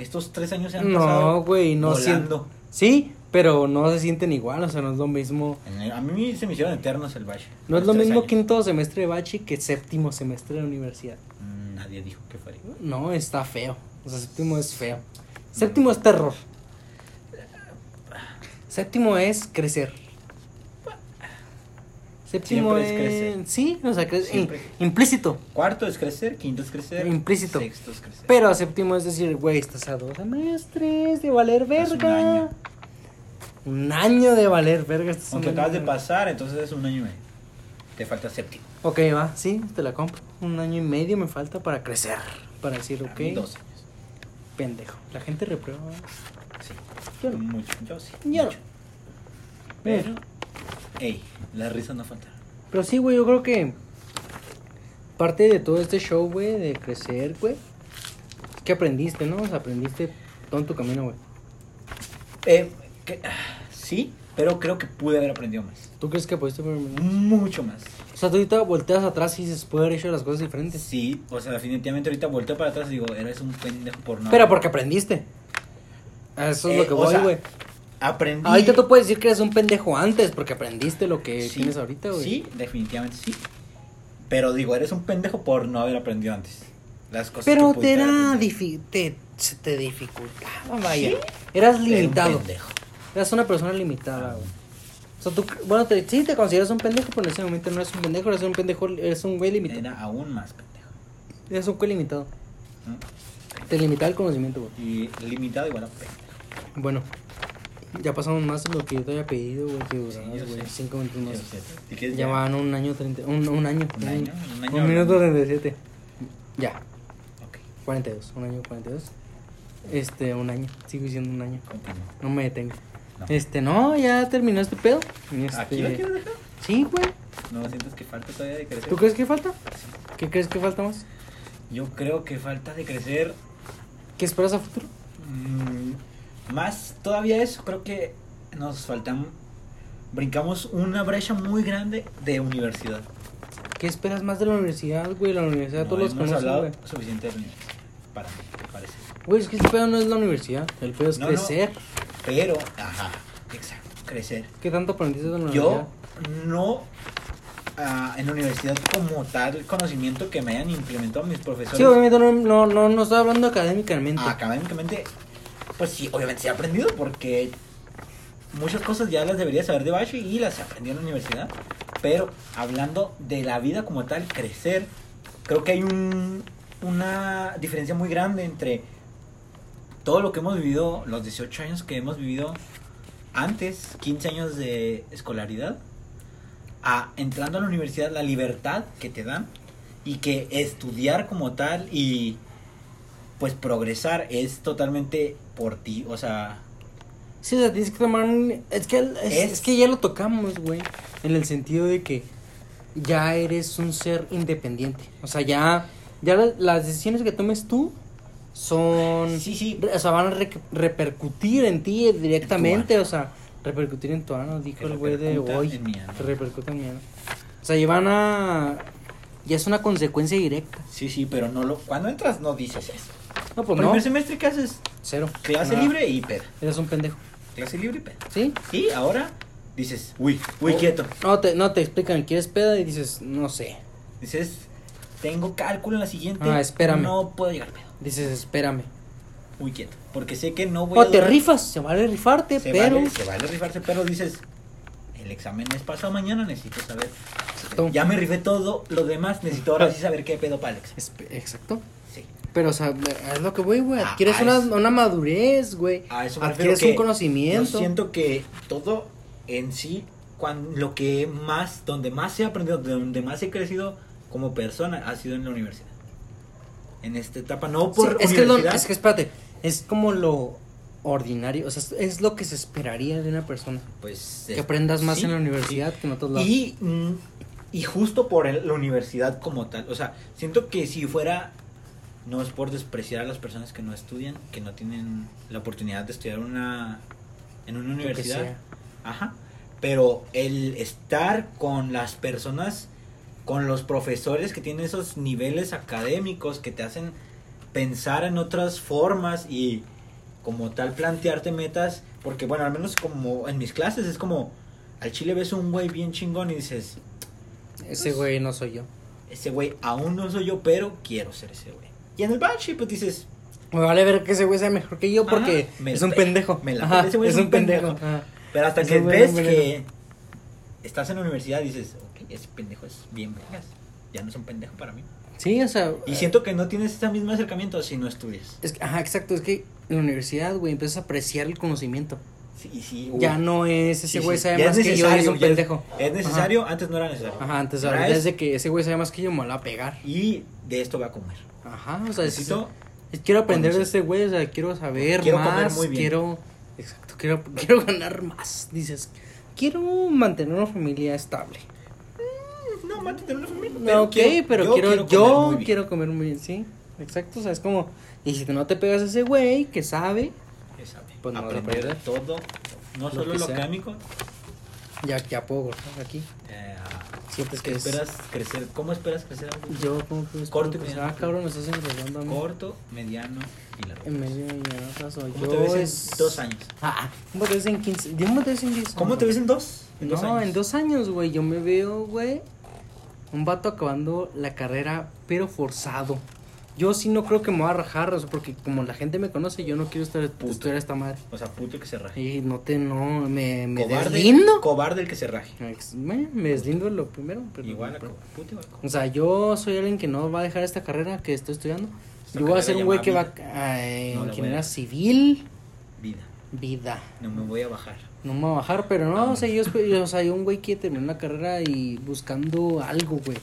S2: Estos tres años se han pasado
S1: No, güey, no siento.
S2: volando.
S1: Sí, pero no se sienten igual, o sea, no es lo mismo.
S2: En el- a mí se me hicieron eternos el bache.
S1: No es
S2: Los
S1: lo
S2: tres
S1: mismo
S2: años.
S1: quinto semestre de bachi que séptimo semestre de universidad.
S2: Mm, Nadie dijo que fuera igual.
S1: No, está feo. O sea, séptimo es feo. Séptimo es terror. Séptimo es crecer. Séptimo
S2: Siempre es
S1: es,
S2: crecer.
S1: Sí, o sea, que es
S2: Siempre.
S1: im- implícito.
S2: Cuarto es crecer, quinto es crecer.
S1: Implícito.
S2: Sexto es crecer.
S1: Pero séptimo es decir, güey, estás a dos semestres de valer
S2: Es un
S1: verga.
S2: año.
S1: Un año de valer verga. estás un
S2: Aunque
S1: año
S2: acabas de
S1: verga.
S2: pasar, entonces es un año y medio. Te falta séptimo.
S1: Ok, va, sí, te la compro. Un año y medio me falta para crecer. Para decir,
S2: A mí
S1: ok,
S2: Dos años.
S1: pendejo. La gente reprueba.
S2: Sí.
S1: Yo no.
S2: Mucho. Yo sí.
S1: Yo no.
S2: mucho. Pero, ey, las risas no faltaron.
S1: Pero sí, güey, yo creo que parte de todo este show, güey, de crecer, güey, es que aprendiste, ¿no? O sea, aprendiste todo en tu camino, güey.
S2: Eh, que- ah, sí, pero creo que pude haber aprendido más.
S1: ¿Tú crees que pudiste haber-
S2: Mucho más.
S1: O sea, tú ahorita volteas atrás y dices, puede haber hecho las cosas diferentes.
S2: Sí, o sea, definitivamente ahorita volteo para atrás y digo, eres un pendejo por no.
S1: Pero porque aprendiste. A Eso es
S2: Eh,
S1: lo que
S2: o
S1: voy,
S2: sea,
S1: güey.
S2: Aprendí.
S1: Ahorita tú puedes decir que eres un pendejo antes porque aprendiste lo que
S2: Sí,
S1: tienes ahorita, güey.
S2: Sí, definitivamente sí. Pero digo, eres un pendejo por no haber aprendido antes. Las cosas
S1: Pero
S2: que
S1: te
S2: pudiste haber
S1: era
S2: aprendido.
S1: difi- te, se te dificultaba,
S2: Sí.
S1: vaya. Eras
S2: Era un
S1: limitado.
S2: pendejo.
S1: Eras una persona limitada, güey. O sea, tú, bueno, te, sí te consideras un pendejo, pero en ese momento no eres un pendejo, eres un pendejo, eres un güey limitado.
S2: Era aún más pendejo.
S1: Eres un güey limitado.
S2: ¿no?
S1: Te limitaba el conocimiento, güey.
S2: Y limitado igual a pendejo.
S1: Bueno, ya pasamos más de lo que yo te había pedido, güey. Que
S2: Sí,
S1: durabas,
S2: yo
S1: güey,
S2: sé.
S1: cinco minutos
S2: Yo
S1: más.
S2: sé. Si quieres
S1: Ya
S2: ya-
S1: van un año treinta, un, un año.
S2: Un año, un año
S1: Un minuto
S2: hablando.
S1: treinta y siete. Ya,
S2: Ok,
S1: 42, un año 42. Este, un año, sigo diciendo un año.
S2: continúa.
S1: No me detengo.
S2: No.
S1: Este, no, ya terminó este pedo. Este,
S2: ¿Aquí lo quieres dejar?
S1: Sí, güey.
S2: No sientes que falta todavía de crecer.
S1: ¿Tú crees que falta? ¿Qué crees que falta más?
S2: Yo creo que falta de crecer
S1: ¿Qué esperas a futuro?
S2: mm, más todavía eso. Creo que nos faltan. Brincamos una brecha muy grande de universidad.
S1: ¿Qué esperas más de la universidad, güey? La universidad,
S2: no
S1: todos los
S2: hemos
S1: conoces,
S2: hablado
S1: güey.
S2: suficiente de la universidad. Para mí, me parece.
S1: Güey, es que el pedo no es la universidad. El pedo es
S2: No, no.
S1: crecer.
S2: Pero, ajá, exacto, crecer.
S1: ¿Qué tanto aprendiste de la
S2: Yo
S1: universidad?
S2: no ah, en la universidad como tal conocimiento que me hayan implementado mis profesores.
S1: Sí, obviamente no, no, no, no estoy hablando académicamente.
S2: Ah, académicamente, pues sí, obviamente se ha aprendido porque muchas cosas ya las debería saber de bacho y las aprendí en la universidad. Pero hablando de la vida como tal, crecer, creo que hay un- una diferencia muy grande entre todo lo que hemos vivido, los 18 años que hemos vivido antes, 15 años de escolaridad, a entrando a la universidad, la libertad que te dan y que estudiar como tal y pues progresar es totalmente por ti, o sea,
S1: Sí, o sea, tienes que tomar un... Es que, el- es,
S2: Es-
S1: es que ya lo tocamos, güey. En el sentido de que ya eres un ser independiente. O sea, ya, ya la- las decisiones que tomes tú son...
S2: sí, sí,
S1: re- O sea, van a re- repercutir en ti directamente. O sea, repercutir en tu ano, dijo
S2: Que
S1: el güey de
S2: repercutan
S1: hoy.
S2: en mi ano.
S1: Que repercuta en mi ano. O sea, ya van a... Ya es una consecuencia directa.
S2: sí, sí, pero no lo, cuando entras no dices eso.
S1: No, pues no.
S2: Primer semestre que haces
S1: Cero.
S2: clase
S1: Nada.
S2: libre y peda,
S1: Eres un pendejo.
S2: clase libre y peda.
S1: ¿Sí?
S2: Y ahora dices, uy, uy,
S1: Oh.
S2: quieto.
S1: No te, no te explican, ¿quieres peda? Y dices, no sé.
S2: Dices, tengo cálculo en la siguiente.
S1: Ah, espérame.
S2: No puedo llegar pedo.
S1: Dices, espérame.
S2: Muy quieto. Porque sé que no voy
S1: O
S2: a.
S1: Oh, te
S2: durar-
S1: rifas, se vale rifarte,
S2: Se
S1: pero.
S2: vale, se vale rifarse, pero dices, el examen es pasado mañana, necesito saber.
S1: Exacto.
S2: Ya me rifé todo lo demás, necesito ahora sí saber qué pedo para el examen.
S1: Espe- Exacto.
S2: Sí.
S1: Pero, o sea, es lo que voy, güey.
S2: Ah,
S1: Adquieres
S2: ah,
S1: una,
S2: es-
S1: una madurez, güey.
S2: A eso me refiero
S1: Adquieres
S2: que
S1: un conocimiento.
S2: Yo siento que todo en sí, cuan- lo que más, donde más he aprendido, donde más he crecido como persona, ha sido en la universidad. En esta etapa, no
S1: Sí,
S2: por
S1: es, que es, lo-
S2: universidad,
S1: es que, espérate, es como lo ordinario. O sea, es, es lo que se esperaría de una persona.
S2: pues,
S1: que
S2: es-
S1: aprendas más
S2: sí,
S1: en la
S2: sí.
S1: universidad que en otros lados.
S2: Y, mm, y justo por el- la universidad como tal. O sea, siento que si fuera. No es por despreciar a las personas que no estudian, que no tienen la oportunidad de estudiar una, en una
S1: lo que
S2: universidad.
S1: sea.
S2: Ajá. Pero el estar con las personas con los profesores que tienen esos niveles académicos que te hacen pensar en otras formas y como tal plantearte metas, porque bueno, al menos como en mis clases es como al chile ves un güey bien chingón y dices,
S1: Ese güey no soy yo.
S2: ese güey aún no soy yo, pero quiero ser ese güey. Y en el bache pues dices,
S1: Me vale ver que ese güey sea mejor que yo
S2: Ajá,
S1: porque
S2: me
S1: es
S2: la
S1: un
S2: pela,
S1: pendejo.
S2: me la
S1: Ajá,
S2: pela, ese güey es un pendejo.
S1: ajá.
S2: pero hasta
S1: Ese
S2: que
S1: güey
S2: ves
S1: no me
S2: que estás en la universidad dices, ok, ese pendejo es bien vergas, ya no es un pendejo para mí.
S1: Sí, o sea.
S2: Y siento que no tienes ese mismo acercamiento si no estudias.
S1: es que- ajá, exacto. Es que en la universidad, güey, empiezas a apreciar el conocimiento.
S2: Sí, y sí,
S1: Ya
S2: uy.
S1: no es ese
S2: Sí,
S1: güey
S2: sí.
S1: sabe
S2: Ya
S1: más que yo y es un
S2: ya
S1: pendejo.
S2: Es necesario, antes no era necesario.
S1: Ajá, antes
S2: Ahora
S1: ahorita
S2: es-
S1: es de que ese güey sabe más que yo me la va a pegar.
S2: Y de esto voy a comer.
S1: Ajá, o sea, es-
S2: Necesito-
S1: es- quiero aprender de
S2: conocer.
S1: ese güey, o sea, quiero saber
S2: Quiero comer
S1: más,
S2: muy bien.
S1: quiero exacto, quiero [LAUGHS] quiero ganar más, dices. Quiero mantener una familia estable.
S2: No, mate, tener una familia.
S1: No, ok, pero
S2: yo
S1: quiero,
S2: comer
S1: yo
S2: muy bien.
S1: quiero comer muy bien, sí. Exacto, o sea, es como, y si no te pegas a ese güey que sabe,
S2: Exacto.
S1: Pues no,
S2: aprender
S1: la
S2: todo, no
S1: Lo
S2: solo
S1: que
S2: lo
S1: sea.
S2: académico.
S1: ya, ya puedo cortar aquí.
S2: eh,
S1: Sientes que
S2: ¿qué
S1: es-
S2: esperas crecer? ¿Cómo esperas crecer algo?
S1: Yo como que es
S2: Corto y
S1: como que,
S2: mediano.
S1: Ah, cabrón, me estás enredando a mí.
S2: Corto, mediano y largo.
S1: En medio de mi abrazo,
S2: ¿Cómo
S1: Mm, yo
S2: te ves en
S1: es-
S2: dos años?
S1: Ah, ¿Cómo te ves en 15? Dios, ¿Cómo te ves en 10
S2: ¿Cómo
S1: años?
S2: te ves en dos? En
S1: no,
S2: dos años.
S1: en dos años, güey. Yo me veo, güey, un vato acabando la carrera, pero forzado. Yo sí no creo que me voy a rajar, o sea, porque como la gente me conoce, yo no quiero estar
S2: Puto.
S1: estudiar esta madre.
S2: O sea, puto que se raje.
S1: Y no te, no, me, me
S2: Cobarde.
S1: deslindo.
S2: Cobarde el que se raje.
S1: Ex- Me, me deslindo lo primero, pero...
S2: Igual a cobarde. Puto igual a cobarde.
S1: O sea, yo soy alguien que no va a dejar esta carrera que estoy estudiando.
S2: Esta
S1: yo voy a
S2: carrera
S1: ser un güey
S2: llamada
S1: que va
S2: vida.
S1: a, eh,
S2: No la voy a
S1: ingeniería
S2: dejar.
S1: civil,
S2: Vida.
S1: vida.
S2: No me voy a bajar.
S1: No me va a bajar, pero no,
S2: Ah.
S1: o sea, yo, espe- yo- o sea, yo un güey que terminó la carrera y buscando algo, güey.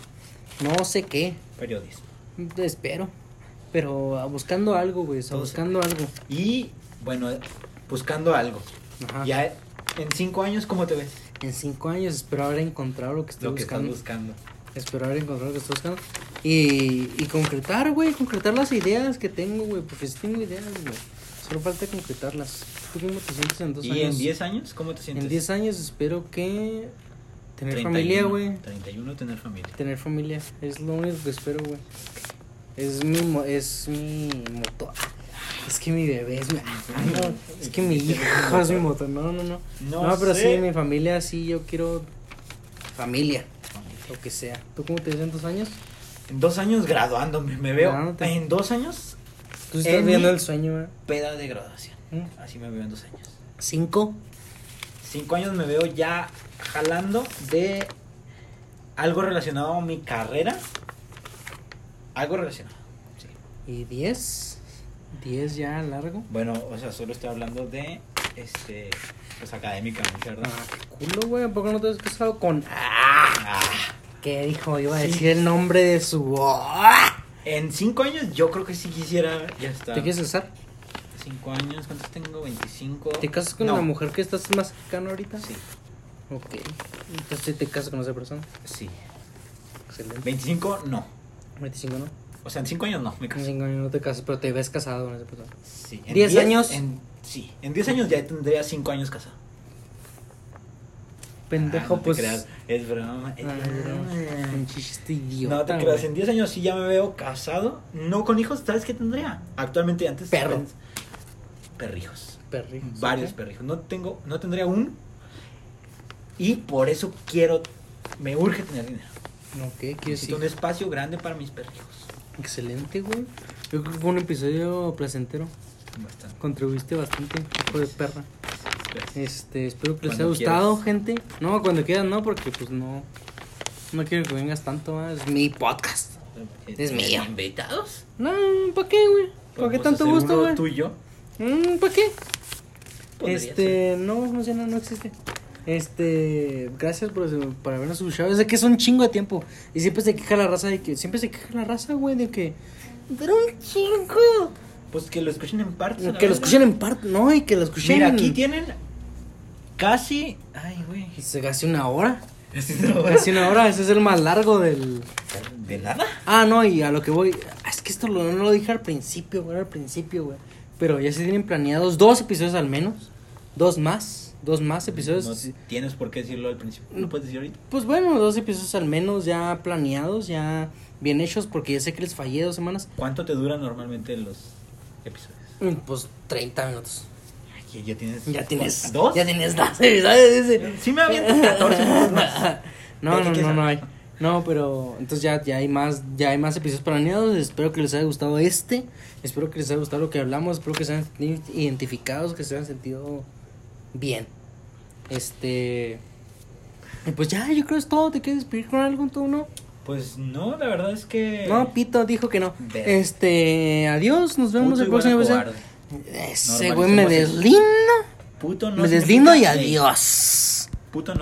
S1: No sé qué,
S2: Periodismo.
S1: espero. Pero ah, buscando algo, güey, o sea,
S2: Todo se
S1: buscando algo.
S2: Y bueno, buscando algo.
S1: Ajá.
S2: Ya en cinco años, ¿cómo te ves?
S1: En cinco años espero haber encontrado lo que estoy
S2: Lo que estás
S1: buscando.
S2: buscando.
S1: Espero haber encontrado lo que estoy buscando. Y, y concretar, güey, concretar las ideas que tengo, güey, porque si tengo ideas, güey. Solo falta concretarlas. ¿Tú cómo te sientes en dos
S2: ¿Y
S1: años?
S2: en 10 años? ¿Cómo te sientes?
S1: En diez años espero que... Tener familia, güey.
S2: 31, tener familia.
S1: Tener familia es lo único que espero, güey. Es mi mo- es mi motor. Es que mi bebé es mi Ay, no, es que mi hijo es mi motor. No, no, no. No, pero sí mi familia sí yo quiero familia, lo que sea. ¿Tú cómo te ves en tus años?
S2: En dos años graduándome, me veo.
S1: Graduándote.
S2: En dos años,
S1: Tú estás
S2: En
S1: viendo
S2: mi-
S1: el sueño, ¿eh?
S2: peda de graduación.
S1: ¿Mm?
S2: Así me veo en dos años.
S1: Cinco.
S2: Cinco años me veo ya jalando de algo relacionado a mi carrera. Algo relacionado. Sí.
S1: ¿Y diez? ¿Diez ya largo?
S2: Bueno, o sea, solo estoy hablando de, este, pues académicamente, ¿verdad?
S1: Ah, qué culo, güey. ¿Por qué no te has casado con...? Ah,
S2: Ah,
S1: ¿Qué dijo? Iba a
S2: Sí.
S1: decir el nombre de su... Ah.
S2: en cinco años yo creo que sí quisiera, ya está.
S1: ¿Te quieres casar?
S2: Cinco años, ¿cuántos tengo? 25.
S1: ¿Te casas con
S2: No.
S1: la mujer que estás más cercana ahorita?
S2: Sí,
S1: Ok. Entonces sí te casas con esa persona.
S2: sí.
S1: Excelente.
S2: 25, no.
S1: 25, ¿no?
S2: O sea, en cinco años no, me caso.
S1: 25 años no te casas, pero te ves casado con esa persona.
S2: Sí. en
S1: ¿Diez
S2: diez-
S1: años?
S2: En, sí, en 10 años ya tendría cinco años casado.
S1: Pendejo,
S2: Ah, no te
S1: pues. Eh.
S2: creas, Es broma. es
S1: Ay,
S2: broma.
S1: no, un chiste idiota.
S2: No te creas,
S1: güey.
S2: en 10 años sí ya me veo casado, no con hijos, ¿sabes qué tendría? Actualmente antes
S1: Perro.
S2: pens- perrijos.
S1: Perrijos,
S2: varios
S1: ok.
S2: perrijos. No tengo, no tendría uno. Y por eso quiero, me urge tener dinero.
S1: Ok, quieres
S2: Necesito un
S1: decir.
S2: espacio grande para mis perrijos.
S1: Excelente, güey. Yo creo que fue un episodio placentero.
S2: Bastante.
S1: Contribuiste bastante, hijo de perra.
S2: Gracias.
S1: Este, espero que les haya
S2: Cuando
S1: gustado,
S2: quieras.
S1: gente. No, cuando quieras, no, porque pues no. No quiero que vengas tanto, ¿eh? es mi podcast. Es mío.
S2: ¿Invitados?
S1: No, ¿para qué, güey? ¿Para qué
S2: Podemos
S1: tanto
S2: hacer
S1: gusto,
S2: uno
S1: güey?
S2: Tú y yo.
S1: Mm, ¿Para qué?
S2: Podría ser.
S1: Este, no, no sé, no, no existe. Este, gracias por, por habernos escuchado. Es de que es un chingo de tiempo. Y siempre se queja la raza de que, siempre se queja la raza, güey, de que. Pero un chingo.
S2: Pues que lo escuchen en partes. a la
S1: Que lo
S2: verga.
S1: escuchen en parte, no, y que lo escuchen.
S2: Mira, aquí tienen casi. Ay, güey. [LAUGHS]
S1: Se casi una hora.
S2: Casi una hora.
S1: Casi una hora, ese es el más largo del.
S2: ¿De nada?
S1: Ah, no, y a lo que voy. Es que esto lo- no lo dije al principio, güey, al principio, güey. Pero ya se tienen planeados dos episodios al menos. dos más, dos más episodios.
S2: No tienes por qué decirlo al principio. No puedes decir ahorita.
S1: Pues bueno, dos episodios al menos ya planeados, ya bien hechos, porque ya sé que les fallé dos semanas.
S2: ¿Cuánto te duran normalmente los episodios?
S1: Mm, Pues 30 minutos.
S2: Aquí ya tienes.
S1: Ya tienes.
S2: ¿Dos?
S1: Ya tienes dos [LAUGHS] ¿sabes? Dice-
S2: Sí, me avientas 14 minutos más.
S1: [LAUGHS] No,
S2: Ya te
S1: no,
S2: quieres
S1: no, no
S2: hablar.
S1: hay. No, pero entonces ya, ya hay más, ya hay más episodios planeados. Espero que les haya gustado este. Espero que les haya gustado lo que hablamos. Espero que se hayan sentido identificados, que se hayan sentido bien. Este. Y pues ya, yo creo que es todo. ¿Te quieres despedir con algo tú, no?
S2: Pues no, la verdad es que.
S1: No, Pito dijo que no.
S2: Eh. Ver.
S1: Este, adiós, nos vemos
S2: Puto
S1: el
S2: y buena
S1: próximo episodio.
S2: cobarde.
S1: Ese
S2: Normalicemos
S1: güey Eh, me
S2: el-
S1: deslindo,
S2: Puto no.
S1: me
S2: significa
S1: deslindo y
S2: ley.
S1: adiós.
S2: Puto no.